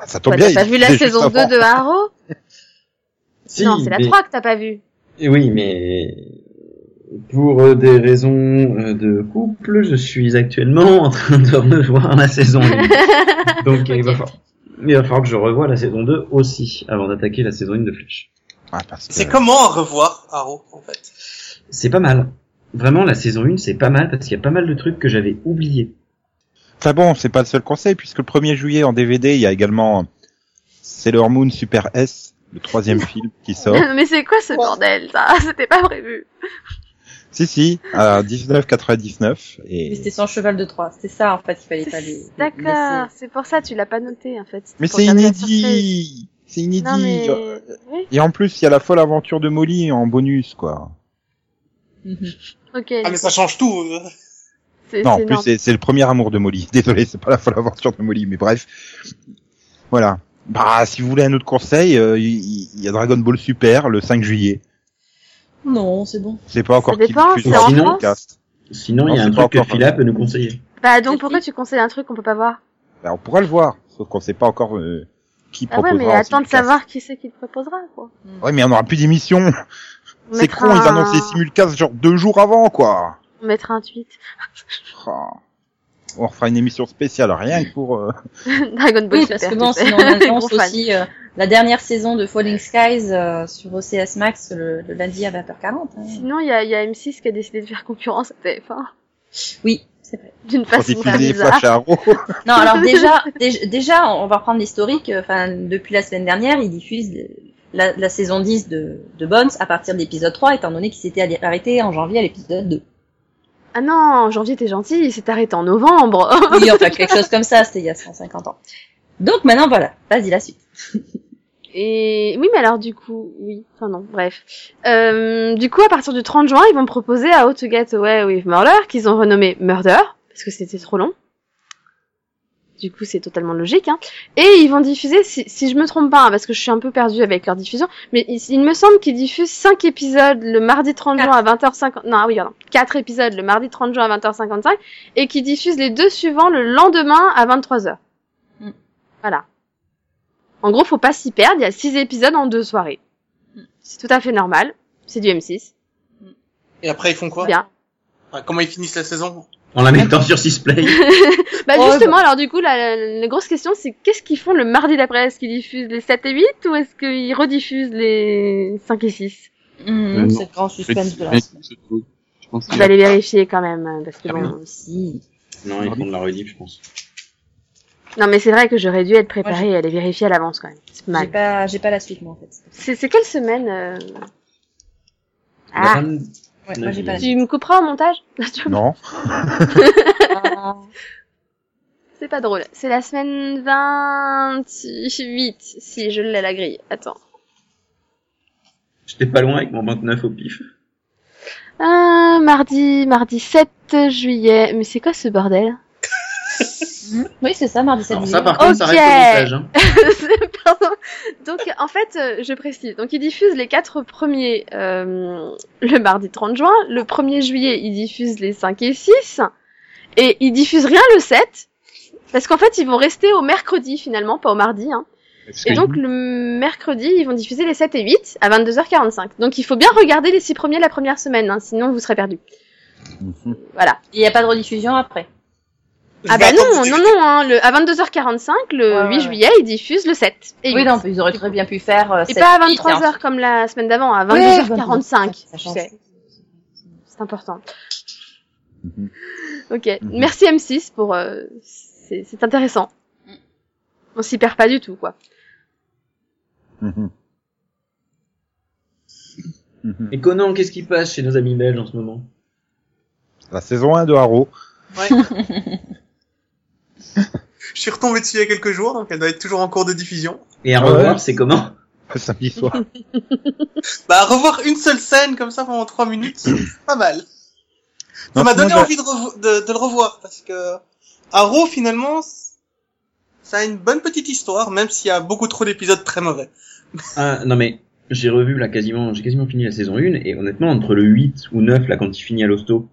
A: Ah, Ça tombe
E: Bah,
A: bien.
E: T'as pas
A: il
E: vu la
A: est
E: saison
A: juste
E: 2
A: avant.
E: de Arrow
B: Si,
E: Non, c'est la
B: mais-
E: 3 que t'as pas vue.
B: Eh Oui, mais Pour euh, des raisons euh, de couple, je suis actuellement en train de revoir la saison 1. Donc euh, il, va falloir, il va falloir que je revoie la saison 2 aussi avant d'attaquer la saison 1 de Flash.
A: Ah, parce que-
D: C'est comment à revoir Arrow, en fait
B: C'est pas mal. Vraiment, la saison 1, c'est pas mal parce qu'il y a pas mal de trucs que j'avais oubliés.
A: Enfin bon, c'est pas le seul conseil, puisque le 1er juillet en DVD, il y a également Sailor Moon Super S, le troisième film qui sort.
E: Mais c'est quoi ce bordel, ça C'était pas prévu.
A: Si, si, à 19,99.
C: Mais
A: Et...
C: c'était son cheval de Troie. C'était ça, en fait, qu'il fallait pas lui.
E: D'accord, c'est pour ça tu l'as pas noté en fait.
A: Mais
E: pour
A: c'est
E: garder la
A: inédit C'est
E: surprise.
A: inédit euh,
E: Non mais oui,
A: Et en plus, il y a la folle aventure de Molly en bonus, quoi.
C: Mhm.
E: ok.
D: Ah mais ça change tout. euh.
E: c'est
A: non, en
E: c'est
A: plus,
E: énorme.
A: c'est c'est le premier amour de Molly. Désolé, c'est pas la folle aventure de Molly, mais bref. Voilà. Bah, si vous voulez un autre conseil, euh, il il y, a Dragon Ball Super le 5 juillet.
C: Non, c'est bon.
A: C'est pas encore
E: Ça dépend,
A: diffuse
E: c'est
B: en
A: le
B: France
A: podcast.
B: Sinon,
A: Non,
B: il y a
A: c'est
B: un
A: pas
B: truc que
A: encore
B: Phila peut nous conseiller.
E: Bah donc pourquoi tu conseilles un truc qu'on peut pas voir
A: Bah, on pourra le voir, sauf qu'on sait pas encore euh, qui
E: Ah ouais
A: proposera.
E: mais
A: en
E: attends de
A: simulcast.
E: savoir qui c'est qui te proposera quoi.
A: Ouais, mais on aura plus d'émission.
E: On
A: C'est
E: mettra
A: con, ils
E: un-
A: annoncent les simulcasts genre deux jours avant, quoi.
E: On mettra un tweet.
A: Oh. On refera une émission spéciale, rien que pour... euh,
E: Dragon Ball
C: Oui,
E: Super.
C: parce que bon,
E: tu sais.
C: sinon on annonce
E: Gros fan.
C: aussi euh, la dernière saison de Falling Skies euh, sur OCS Max le, le lundi à 20h40. hein.
E: Sinon il y a, il y a M6 qui a décidé de faire concurrence à TF1
C: Oui, c'est vrai.
E: d'une
A: pour
E: façon très
A: diffuser
E: bizarre.
A: Flash Arrow.
C: Non, alors déjà, déjà, déjà, on va reprendre l'historique. euh, Enfin, depuis la semaine dernière, ils diffusent la, la saison 10 de, de Bones à partir de l'épisode 3, étant donné qu'ils s'étaient arrêtés en janvier à l'épisode 2.
E: Ah non, janvier t'es gentil, il s'est arrêté en novembre.
C: Oui, enfin, quelque chose comme ça, c'était il y a 150 ans. Donc maintenant, voilà, vas-y, la suite.
E: Et oui, mais alors du coup, oui, enfin non, bref. Euh, du coup, à partir du 30 juin, ils vont proposer à How to Get Away with Murder, qu'ils ont renommé Murder, parce que c'était trop long. Du coup, c'est totalement logique. Hein. Et ils vont diffuser, si, si je me trompe pas, hein, parce que je suis un peu perdue avec leur diffusion, mais il, il me semble qu'ils diffusent 5 épisodes le mardi 30 juin à 20h50... Non, ah oui, pardon. 4 épisodes le mardi 30 juin à 20h55, et qu'ils diffusent les deux suivants le lendemain à 23h.
C: Mm.
E: Voilà. En gros, faut pas s'y perdre, il y a 6 épisodes en deux soirées. C'est tout à fait normal, c'est du M6.
D: Et après ils font quoi
E: Bien.
D: Enfin, Comment ils finissent la saison
B: En la mettant sur 6 play.
E: Bah
C: Ouais,
E: justement, alors du coup, la, la- la grosse question, c'est qu'est-ce qu'ils font le mardi d'après Est-ce qu'ils diffusent les 7 et 8 ou est-ce qu'ils rediffusent les 5 et 6
F: Euh, non.
C: Mmh, c'est le grand suspense de la semaine.
F: Je pense
E: Je
F: qu'il
E: vais aller vérifier quand même, euh, parce que
F: Ah
E: bon...
C: Si.
B: Non, ils font de la rediff, je pense.
E: Non mais c'est vrai que j'aurais dû être préparée et aller vérifier à l'avance quand même. C'est
C: J'ai
E: pas mal.
C: pas, j'ai pas la suite, moi, en fait.
E: C'est c'est quelle semaine euh Ah,
B: Madame-
C: Ouais, moi, j'ai pas la suite.
E: tu me couperas au montage
A: non.
E: C'est pas drôle. C'est la semaine 28, si je l'ai la grille. Attends.
B: J'étais pas loin avec mon 29 au pif.
E: Ah, mardi, mardi 7 juillet. Mais c'est quoi ce bordel
C: Mhm. Oui, c'est ça, mardi 7
B: Alors ça,
C: juillet.
B: par contre, ça reste au
E: Ok.
B: montage. Hein.
E: Pardon. Donc, en fait, euh, je précise. Donc, ils diffusent les quatre premiers euh, le mardi 30 juin. Le 1er juillet, ils diffusent les 5 et 6. Et ils diffusent rien le 7. Parce qu'en fait, ils vont rester au mercredi, finalement, pas au mardi. Hein. Et donc, le mercredi, ils vont diffuser les 7 et 8 à 22h45. Donc, il faut bien regarder les six premiers la première semaine, hein, sinon vous serez perdu.
A: Mhm.
E: Voilà.
C: Il n'y a pas de rediffusion après.
E: Ah bah non, non, non, hein, le, à 22h45, le
C: Ouais, ouais,
E: 8
C: ouais.
E: juillet, ils diffusent le 7. Et,
C: Oui,
E: huit.
C: non, ils auraient très bien pu faire. euh,
E: Et
C: sept
E: pas à
C: huit,
E: 23h
C: hein.
E: comme la semaine d'avant, à
C: Ouais,
E: 22h45.
C: ça
E: tu
C: change.
E: sais, c'est important.
A: Mhm.
E: Ok,
A: Mhm.
E: merci M6 pour... euh, c'est c'est intéressant.
C: Mm.
E: On s'y perd pas du tout, quoi.
A: Mhm. Mhm.
B: Et Conan, qu'est-ce qui passe chez nos amis belges en ce moment
A: La saison 1 de Haro.
D: Ouais. Je suis retombé dessus il y a quelques jours, donc elle doit être toujours en cours de diffusion.
B: Et à
A: Ouais.
B: revoir, c'est comment
A: le samedi soir.
D: Bah revoir une seule scène comme ça pendant trois minutes, c'est pas mal. Ça
A: Non,
D: m'a
A: sinon,
D: donné
A: je-
D: envie de, revo- de, de le revoir parce que Arrow finalement, c- ça a une bonne petite histoire, même s'il y a beaucoup trop d'épisodes très mauvais.
B: Ah, non mais j'ai revu là quasiment, j'ai quasiment fini la saison 1 et honnêtement entre le 8 ou 9 là quand il finit à l'hosto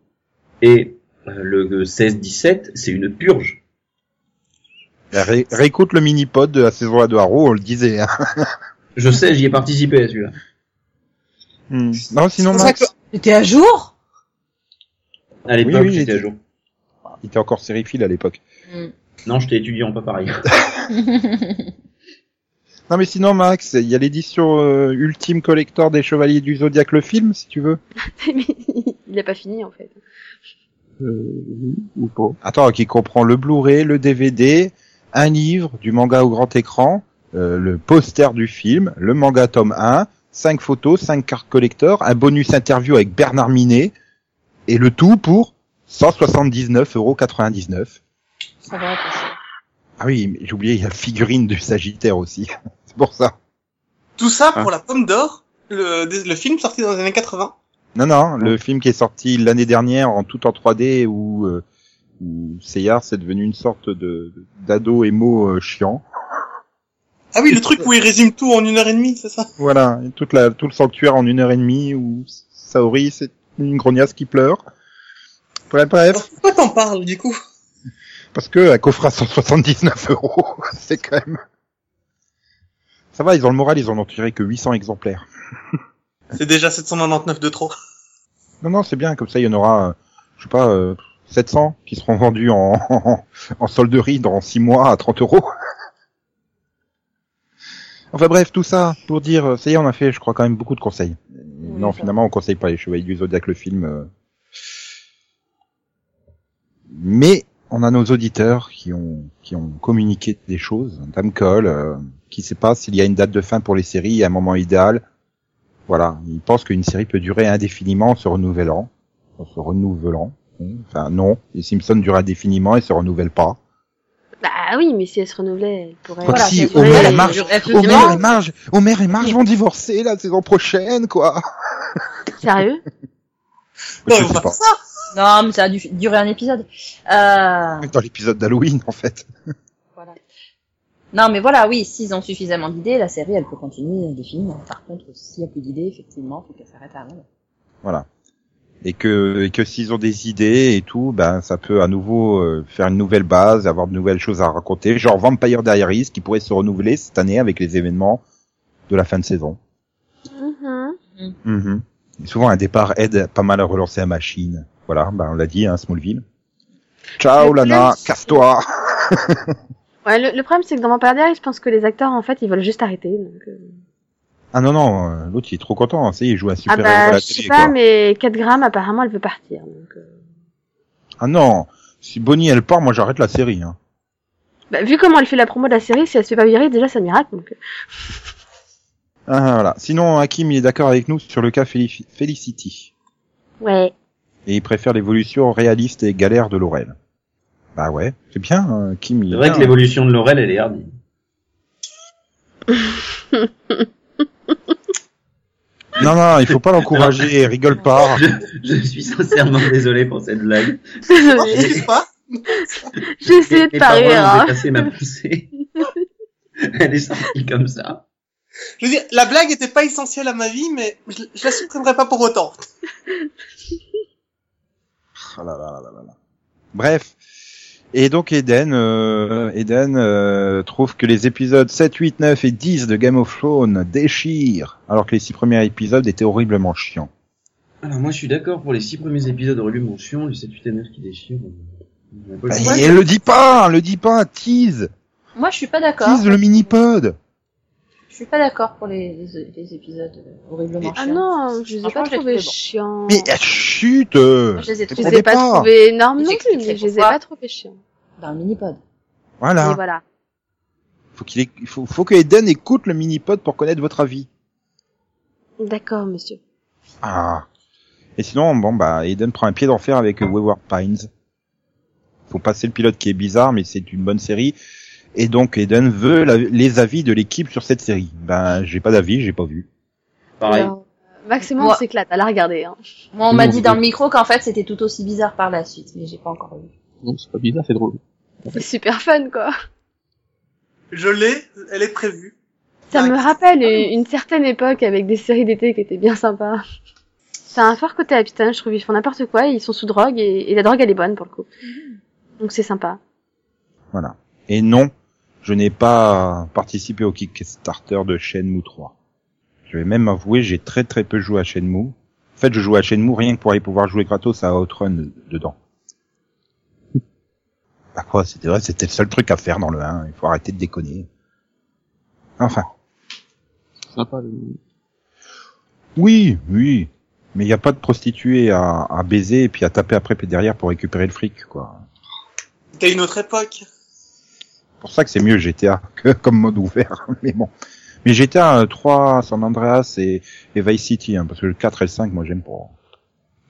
B: et euh, le 16-17, c'est une purge.
A: Bah, ré- réécoute le mini-pod de la saison 1 de Haro, on le disait. hein.
B: Je sais, j'y ai participé à celui-là.
A: Hmm. Non, sinon, Max,
C: T'étais à jour
B: À l'époque,
A: Oui, oui,
B: j'étais
A: il-
B: à jour.
A: Il était encore sériphile à l'époque.
B: Non, j'étais étudiant, pas pareil.
A: Non mais sinon Max, il y a l'édition euh, ultime collector des Chevaliers du Zodiac le film si tu veux.
E: Mais il a pas fini en fait.
F: Euh, oui, ou pas.
A: Attends, qui comprend le Blu-ray, le DVD, un livre du manga au grand écran, euh, le poster du film, le manga tome 1, 5 photos, 5 cartes collector, un bonus interview avec Bernard Minet et le tout pour 179,99€.
C: Ça va, quoi, ça.
A: Ah oui, mais j'ai oublié, il y a la figurine du Sagittaire aussi. C'est pour ça.
D: Tout ça pour
A: Hein
D: la pomme d'or, le, le film sorti dans les années 80.
A: Non, non, le film qui est sorti l'année dernière en tout en 3D où, euh, où Seyar c'est devenu une sorte de d'ado émo euh, chiant.
D: Ah oui, le truc où il résume tout en une heure et demie, c'est ça
A: Voilà, et toute la, tout le sanctuaire en une heure et demie où Saori c'est une grognasse qui pleure. Bref, bref,
D: Pourquoi t'en parles, du coup
A: parce que un coffre à 179 euros, c'est quand même. Ça va, ils ont le moral, ils en ont tiré que 800 exemplaires.
D: C'est déjà 799 de trop.
A: Non, non, c'est bien, comme ça il y en aura, euh, je sais pas, euh, 700 qui seront vendus en, en, en solderie dans 6 mois à 30 euros. Enfin bref, tout ça pour dire, euh, ça y est, on a fait, je crois, quand même beaucoup de conseils. Euh, non,
C: ça
A: finalement, on conseille pas les Chevaliers du Zodiac, le film. euh. Mais on a nos auditeurs qui ont qui ont communiqué des choses. Dame Cole, euh, qui sait pas s'il y a une date de fin pour les séries, un moment idéal. Voilà, il pense qu'une série peut durer indéfiniment en se renouvelant. En se renouvelant. Enfin non, les Simpsons durent indéfiniment et se renouvellent pas.
E: Bah oui, mais si elle se renouvelait, elle pourrait.
A: Quoi que
C: Voilà,
A: Bah, si,
C: c'est-
A: Homer
C: elle
A: et Marge,
C: duré- elle se
A: Homer
C: demande-
A: et Marge, Homer et Marge vont divorcer la saison prochaine, quoi.
E: Sérieux
A: Je
D: ils vont
A: sais pas.
D: ça
C: Non, mais ça a dû durer un épisode. Euh,
A: Dans l'épisode d'Halloween, en fait.
C: voilà. Non, mais voilà, oui, s'ils ont suffisamment d'idées, la série, elle peut continuer indéfiniment. Par contre, s'il n'y a plus d'idées, effectivement, faut qu'elle s'arrête à un moment.
A: Voilà. Et que, et que s'ils ont des idées et tout, ben, ça peut à nouveau euh, faire une nouvelle base, avoir de nouvelles choses à raconter. Genre Vampire Diaries qui pourrait se renouveler cette année avec les événements de la fin de saison.
E: Mhm.
A: Mhm. Et souvent, un départ aide pas mal à relancer la machine. Voilà, ben, on l'a dit, hein, Smallville.
E: Le
A: Ciao,
E: problème,
A: Lana,
E: c'est-
A: casse-toi!
E: Ouais, le, le problème c'est que dans mon Paradis, je pense que les acteurs en fait ils veulent juste arrêter. Donc, euh.
A: Ah non, non, euh, l'autre il est trop content, ça y est, il joue un
E: Ah
A: super héros à
E: bah
A: la
E: je sais
A: télé,
E: pas,
A: quoi.
E: mais 4 grammes apparemment elle veut partir. Donc, euh.
A: Ah non, si Bonnie elle part, moi j'arrête la série. Hein.
E: bah, vu comment elle fait la promo de la série, si elle se fait pas virer déjà c'est un miracle. Donc... euh.
A: Ah, voilà. Sinon, Hakim il est d'accord avec nous sur le cas Felici- Felicity.
E: Ouais.
A: Et il préfère l'évolution réaliste et galère de Laurel. Bah ouais, c'est bien, hein, Kim. il
B: C'est
A: est
B: vrai que
A: bien, hein.
B: l'évolution de Laurel, elle est hardie.
A: Non, non, il faut pas l'encourager, rigole pas.
B: Je, je suis sincèrement désolé pour cette blague.
D: Non,
E: Désolée.
D: excuse pas.
E: J'ai essayé
B: Mes-
E: de
B: mes
E: pas
B: paroles
E: rire.
B: ont
E: hein.
B: dépassé ma pensée. elle est sortie comme ça.
D: Je veux dire, la blague était pas essentielle à ma vie, mais je, je la soutiendrai pas pour autant.
A: Ah là là là là là là. Bref. Et donc Eden, euh, Eden euh, trouve que les épisodes 7, 8, 9 et 10 de Game of Thrones déchirent, alors que les six premiers épisodes étaient horriblement chiants.
B: Alors moi, je suis d'accord pour les six premiers épisodes aurait lu mon chion, du 7, 8 et 9 qui déchire. on- on a pas
A: Bah,
B: le
A: et
B: choix.
A: elle le dit pas, elle le dit pas, tease,
C: Moi, je suis pas d'accord.
A: tease le mini-pod.
C: Je suis pas d'accord pour les, les, les épisodes euh, horriblement
E: Ah
C: chiants.
E: non, je les ai
C: Franchement,
E: pas
C: je les
E: trouvés
C: trouvais bons.
E: chiants.
A: Mais elle chute euh.
C: Moi, je les ai
E: Je
A: on
E: les ai
C: trouvés
A: est
E: pas
A: pas.
E: trouvés énormes
C: Mais
E: non plus,
C: j'explique,
E: mais
C: c'est
E: je les ai
C: pourquoi.
E: pas trouvés chiants.
C: dans le mini-pod.
E: Et
A: Voilà.
E: voilà.
A: Faut qu'il éc- faut, faut que Eden écoute le mini-pod pour connaître votre avis.
E: D'accord, monsieur.
A: Ah. Et sinon, bon bah, Eden prend un pied d'enfer avec euh, Wayward Pines. Faut passer le pilote qui est bizarre, mais c'est une bonne série. Et donc Eden veut la- les avis de l'équipe sur cette série. Ben, j'ai pas d'avis, j'ai pas vu.
B: Pareil.
E: Alors, euh, maximum
C: Moi-
E: on s'éclate à la regarder. Hein.
C: Moi, on m'a
A: Non,
C: dit
A: c'est
C: dans
A: bon.
C: le micro qu'en fait, c'était tout aussi bizarre par la suite, mais j'ai pas encore vu.
F: Non, c'est pas bizarre, c'est drôle.
E: C'est super fun quoi.
D: Je l'ai, elle est prévue.
E: Ça
D: Ouais.
E: me rappelle une, une certaine époque avec des séries d'été qui étaient bien sympas. C'est un fort côté habitant, je trouve. Ils font n'importe quoi, ils sont sous drogue et, et la drogue elle est bonne pour le coup. Donc c'est sympa.
A: Voilà. Et non, je n'ai pas participé au Kickstarter de Shenmue 3. Je vais même avouer, j'ai très très peu joué à Shenmue. En fait, je jouais à Shenmue rien que pour aller pouvoir jouer gratos à Outrun dedans. Bah quoi, c'était vrai, c'était le seul truc à faire dans le 1. Il faut arrêter de déconner. Enfin.
F: Sympa, le...
A: Oui, oui. Mais il n'y a pas de prostituée à, à baiser et puis à taper après derrière pour récupérer le fric, quoi.
D: C'était une autre époque.
A: C'est pour ça que c'est mieux GTA que comme mode ouvert. Mais bon. Mais GTA euh, 3, San Andreas et, et Vice City, hein, parce que le 4 et le 5, moi j'aime pas.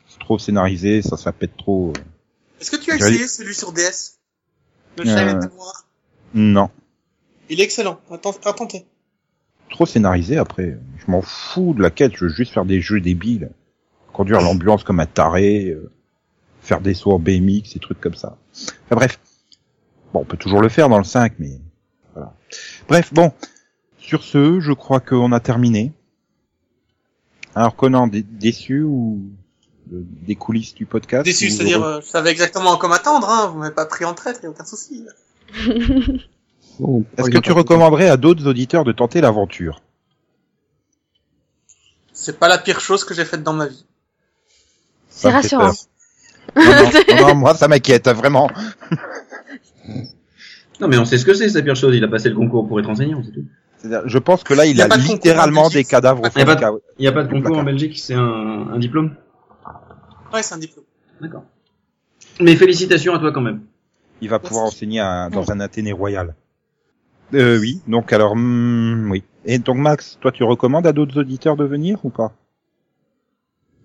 A: C'est trop scénarisé, ça, ça pète trop.
D: Est-ce que tu as
A: J'allais-
D: essayé celui sur DS Le
A: Euh.
D: Chalet de Noir.
A: Non.
D: Il est excellent. Attends, attendez.
A: Trop scénarisé après. Je m'en fous de la quête, je veux juste faire des jeux débiles. Conduire l'ambulance comme un taré, euh, faire des sauts en BMX, des trucs comme ça. Enfin, bref. Bon, on peut toujours le faire dans le 5, mais voilà. Bref, bon. Sur ce, je crois qu'on a terminé. Alors Conan, dé- déçu ou de- des coulisses du podcast
D: Déçu,
A: ou
D: c'est-à-dire,
A: heureux
D: euh, je savais exactement comment attendre, hein. Vous m'avez pas pris en traître, y a aucun souci. euh,
A: Est-ce que tu recommanderais à d'autres auditeurs de tenter l'aventure
D: C'est pas la pire chose que j'ai faite dans ma vie.
E: C'est
A: me fait
E: rassurant.
A: peur. Non, non, non, non, moi ça m'inquiète, vraiment.
B: Non, mais on sait ce que c'est, sa pire chose. Il a passé le concours pour être enseignant, c'est tout.
A: C'est-à-dire, Je pense que là, il,
D: Y a
A: a,
D: pas de concours hein, en
A: littéralement
D: Belgique,
A: des cadavres au fond
B: y a
A: du
B: pas de-
A: ca-
B: Il n'y a pas de concours
A: D'accord.
B: en Belgique, c'est un, un diplôme.
D: Ouais, c'est un diplôme.
B: D'accord. Mais félicitations à toi quand même.
A: Il va pouvoir enseigner à- dans un Athénée royal. Euh, oui, donc alors, hmm, oui. Et donc Max, toi tu recommandes à d'autres auditeurs de venir ou pas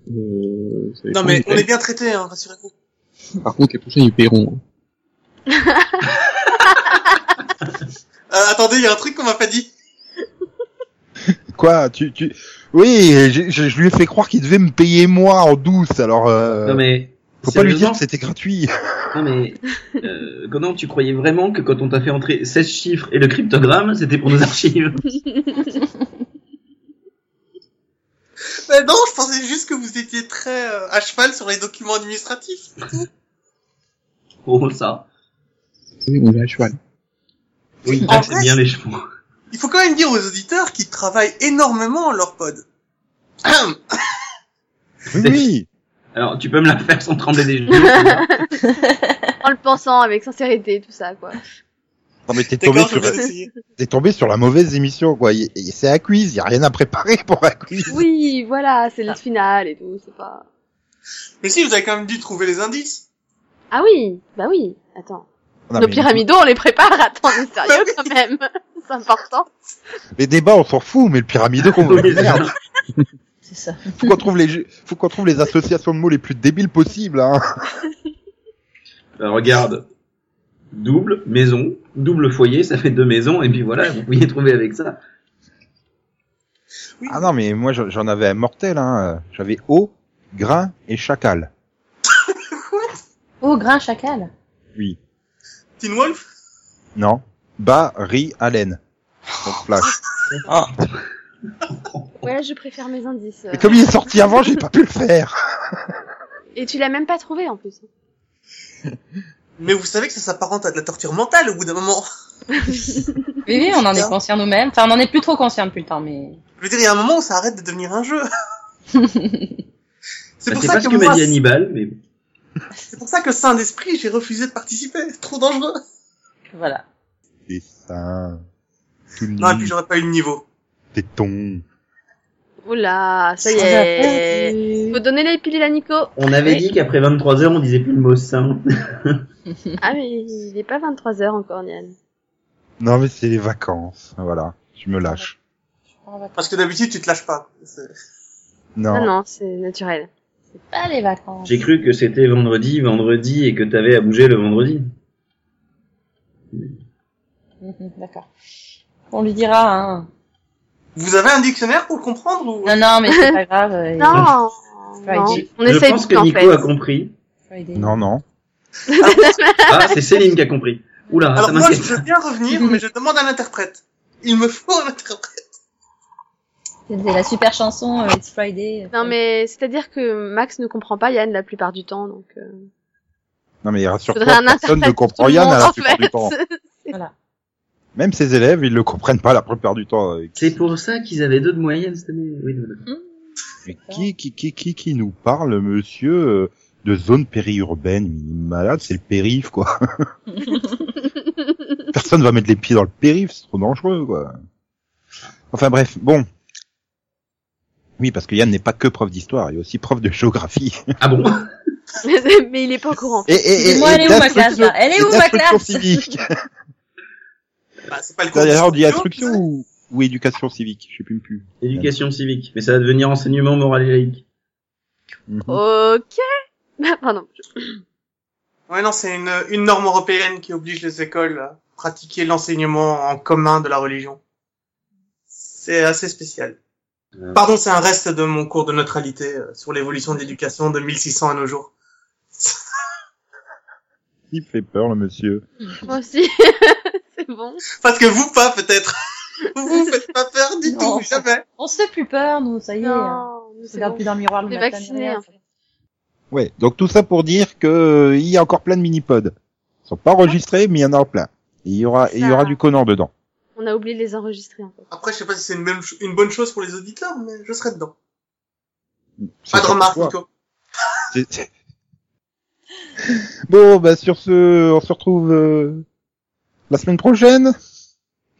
F: Euh, ça
D: Non,
F: dépend,
D: mais on
F: mais-
D: est bien traité, hein, rassurez-vous.
F: Par contre, les prochains, ils paieront. hein.
D: Euh, attendez, il y a un truc qu'on m'a pas dit.
A: Quoi tu, tu... Oui, je, je- je lui ai fait croire qu'il devait me payer moi en douce, alors euh,
B: non mais.
A: faut pas lui dire
B: sérieusement,
A: que c'était gratuit.
B: Non mais. Euh, Conan, tu croyais vraiment que quand on t'a fait entrer 16 chiffres et le cryptogramme, c'était pour nos archives
D: Mais non, je pensais juste que vous étiez très euh, à cheval sur les documents administratifs.
B: Oh ça.
F: Oui, on est à cheval.
B: Oui,
D: En
B: là, c'est
D: vrai,
B: bien les chevaux.
D: Il faut quand même dire aux auditeurs qu'ils travaillent énormément leur pod.
A: oui,
B: Alors, tu peux me la faire sans trembler des genoux. Conan
E: En le pensant avec sincérité, tout ça, quoi.
A: non mais t'es tombé
D: D'accord, je
A: sur
D: vais essayer.
A: t'es tombé sur la mauvaise émission quoi. Il- il- C'est un quiz, y a rien à préparer pour un quiz.
E: Oui, voilà, c'est le final et tout, c'est pas...
D: Mais si, vous avez quand même dû trouver les indices.
E: Ah oui, bah oui, attends.
A: Non,
E: Nos
A: mais-
E: pyramidos, on les prépare, attends, on est sérieux quand même. c'est important.
A: Les débats, on s'en fout, mais le pyramido, qu'on
B: Oui, c'est
A: merde.
B: ça.
L: C'est ça.
A: Faut qu'on trouve les, jeux- faut qu'on trouve les associations de mots les plus débiles possibles, hein.
B: Alors, Euh, regarde. Double maison, double foyer, ça fait deux maisons, et puis voilà, vous pouviez trouver avec ça.
A: Ah non, mais moi, j'en j'en avais un mortel, hein. J'avais eau, grain et chacal.
L: Oh, grain chacal.
A: Oui.
D: Teen Wolf
A: Non. Bas, riz, haleine. Donc,
E: Oh,
A: flash.
E: Voilà, je préfère mes indices. euh.
A: Mais comme il est sorti avant, j'ai pas pu le faire.
E: Et tu l'as même pas trouvé, en plus.
D: Mais vous savez que ça s'apparente à de la torture mentale au bout d'un moment.
L: Oui, oui, on en
D: Putain.
L: est conscient nous-mêmes. Enfin, on en est plus trop conscient depuis le temps, mais.
D: Je veux dire, il y a un moment où ça arrête de devenir un jeu. c'est
B: Bah,
D: pour,
B: C'est
D: ça
B: pas
D: que
B: ce que m'a
D: moi,
B: dit Hannibal, mais
D: c'est pour ça que sain d'esprit, j'ai refusé de participer. C'est trop dangereux.
L: Voilà.
A: Des seins. Tout nu,
D: Non, et puis j'aurais pas eu le niveau.
A: tétons.
E: Oula, ça y
L: On a
E: est.
L: perdu.
E: Faut donner les pilules à Nico.
B: on avait
E: Ouais.
B: dit qu'après 23h, on disait plus le mot sain.
E: Ah, mais il est pas 23h encore, Nian.
A: Non, mais c'est les vacances. Voilà. Je me lâche.
L: On va
D: Parce que d'habitude, tu te lâches pas. C'est-
A: Non.
E: Ah non, c'est naturel.
L: pas les vacances.
B: J'ai cru que c'était vendredi, vendredi, et que t'avais à bouger le vendredi.
L: Mhm, D'accord. On lui dira, hein.
D: Vous avez un dictionnaire pour comprendre ou...
B: Ah,
L: Non, non, mais c'est pas grave. euh,
E: Non,
L: Ouais,
E: non.
L: je-
E: on
B: Je
E: essaye
B: pense
E: tout,
B: que
E: en
B: Nico
E: fait.
B: a compris.
L: il faut aider.
A: Non, non.
B: Ah, c'est Céline qui a compris. Oula, ça
D: Alors moi, je
B: m'inquiète.
D: veux bien revenir, mais je demande un interprète. Il me faut un interprète.
L: C'était la super chanson, euh, It's Friday.
E: Non, mais c'est-à-dire que Max ne comprend pas Yann la plupart du temps, donc euh,
A: Non, mais rassure-toi,
E: faudrait un
A: personne
E: interprète
A: ne
E: pour
A: comprend
E: tout le
A: Yann à
E: monde,
A: la
E: en
A: plupart du temps.
E: fait.
L: Voilà.
A: Même ses élèves, ils le comprennent pas la plupart du temps. euh,
B: C'est pour ça qu'ils avaient deux de moyenne cette année. Oui, non, non.
A: Mais qui, qui, qui, qui, qui nous parle, monsieur, euh, de zone périurbaine mais Malade, c'est le périph, quoi. Personne va mettre les pieds dans le périph, c'est trop dangereux, quoi. Enfin bref, bon. Oui, parce que Yann n'est pas que prof d'histoire, il est aussi prof de géographie.
B: Ah bon
E: mais, mais il est pas au courant.
A: Et, et, et,
C: Dis-moi, elle
A: et
C: est où ma
A: d'instruction-
C: classe, là Elle est
A: et
C: où ma
A: d'instruction
C: classe
A: civique.
D: Bah, c'est pas le cours
A: D'ailleurs, on dit
D: d'histoire,
A: instruction ou, ou éducation civique, je sais plus plus.
B: Éducation civique, mais ça va devenir enseignement moral et laïque.
A: Mhm.
C: Oh.
E: Ok. Bah, Pardon.
D: Ouais, non, c'est une, une norme européenne qui oblige les écoles à pratiquer l'enseignement en commun de la religion. C'est assez spécial.
B: Euh.
D: Pardon, c'est un reste de mon cours de neutralité euh, sur l'évolution de l'éducation de 1600 à nos jours.
A: Il fait peur, le monsieur.
E: Moi aussi. c'est bon.
D: Parce que vous pas, peut-être. vous faites pas peur du
C: Non.
D: tout, jamais.
C: On se fait plus peur, nous, ça y est. euh,
E: Non,
C: On se
E: c'est
C: regarde
E: bon.
C: plus dans le miroir le
E: T'es
C: matin.
E: vacciné,
C: ni rien.
E: en
L: hein.
A: Ouais, donc tout ça pour dire que euh, il y a encore plein de mini-pods. Ils sont pas enregistrés, mais il y en a plein. Et il y aura, et il y aura
E: Ça.
A: du Conan dedans.
E: On a oublié de les enregistrer en fait.
D: Après, je sais pas si c'est une, même cho- une bonne chose pour les auditeurs, mais je serai dedans.
A: C'est
D: Pas de
A: surtout
D: remarques,
A: toi.
D: Nico.
A: C'est- c'est- Bon, bah sur ce, on se retrouve euh, la semaine prochaine.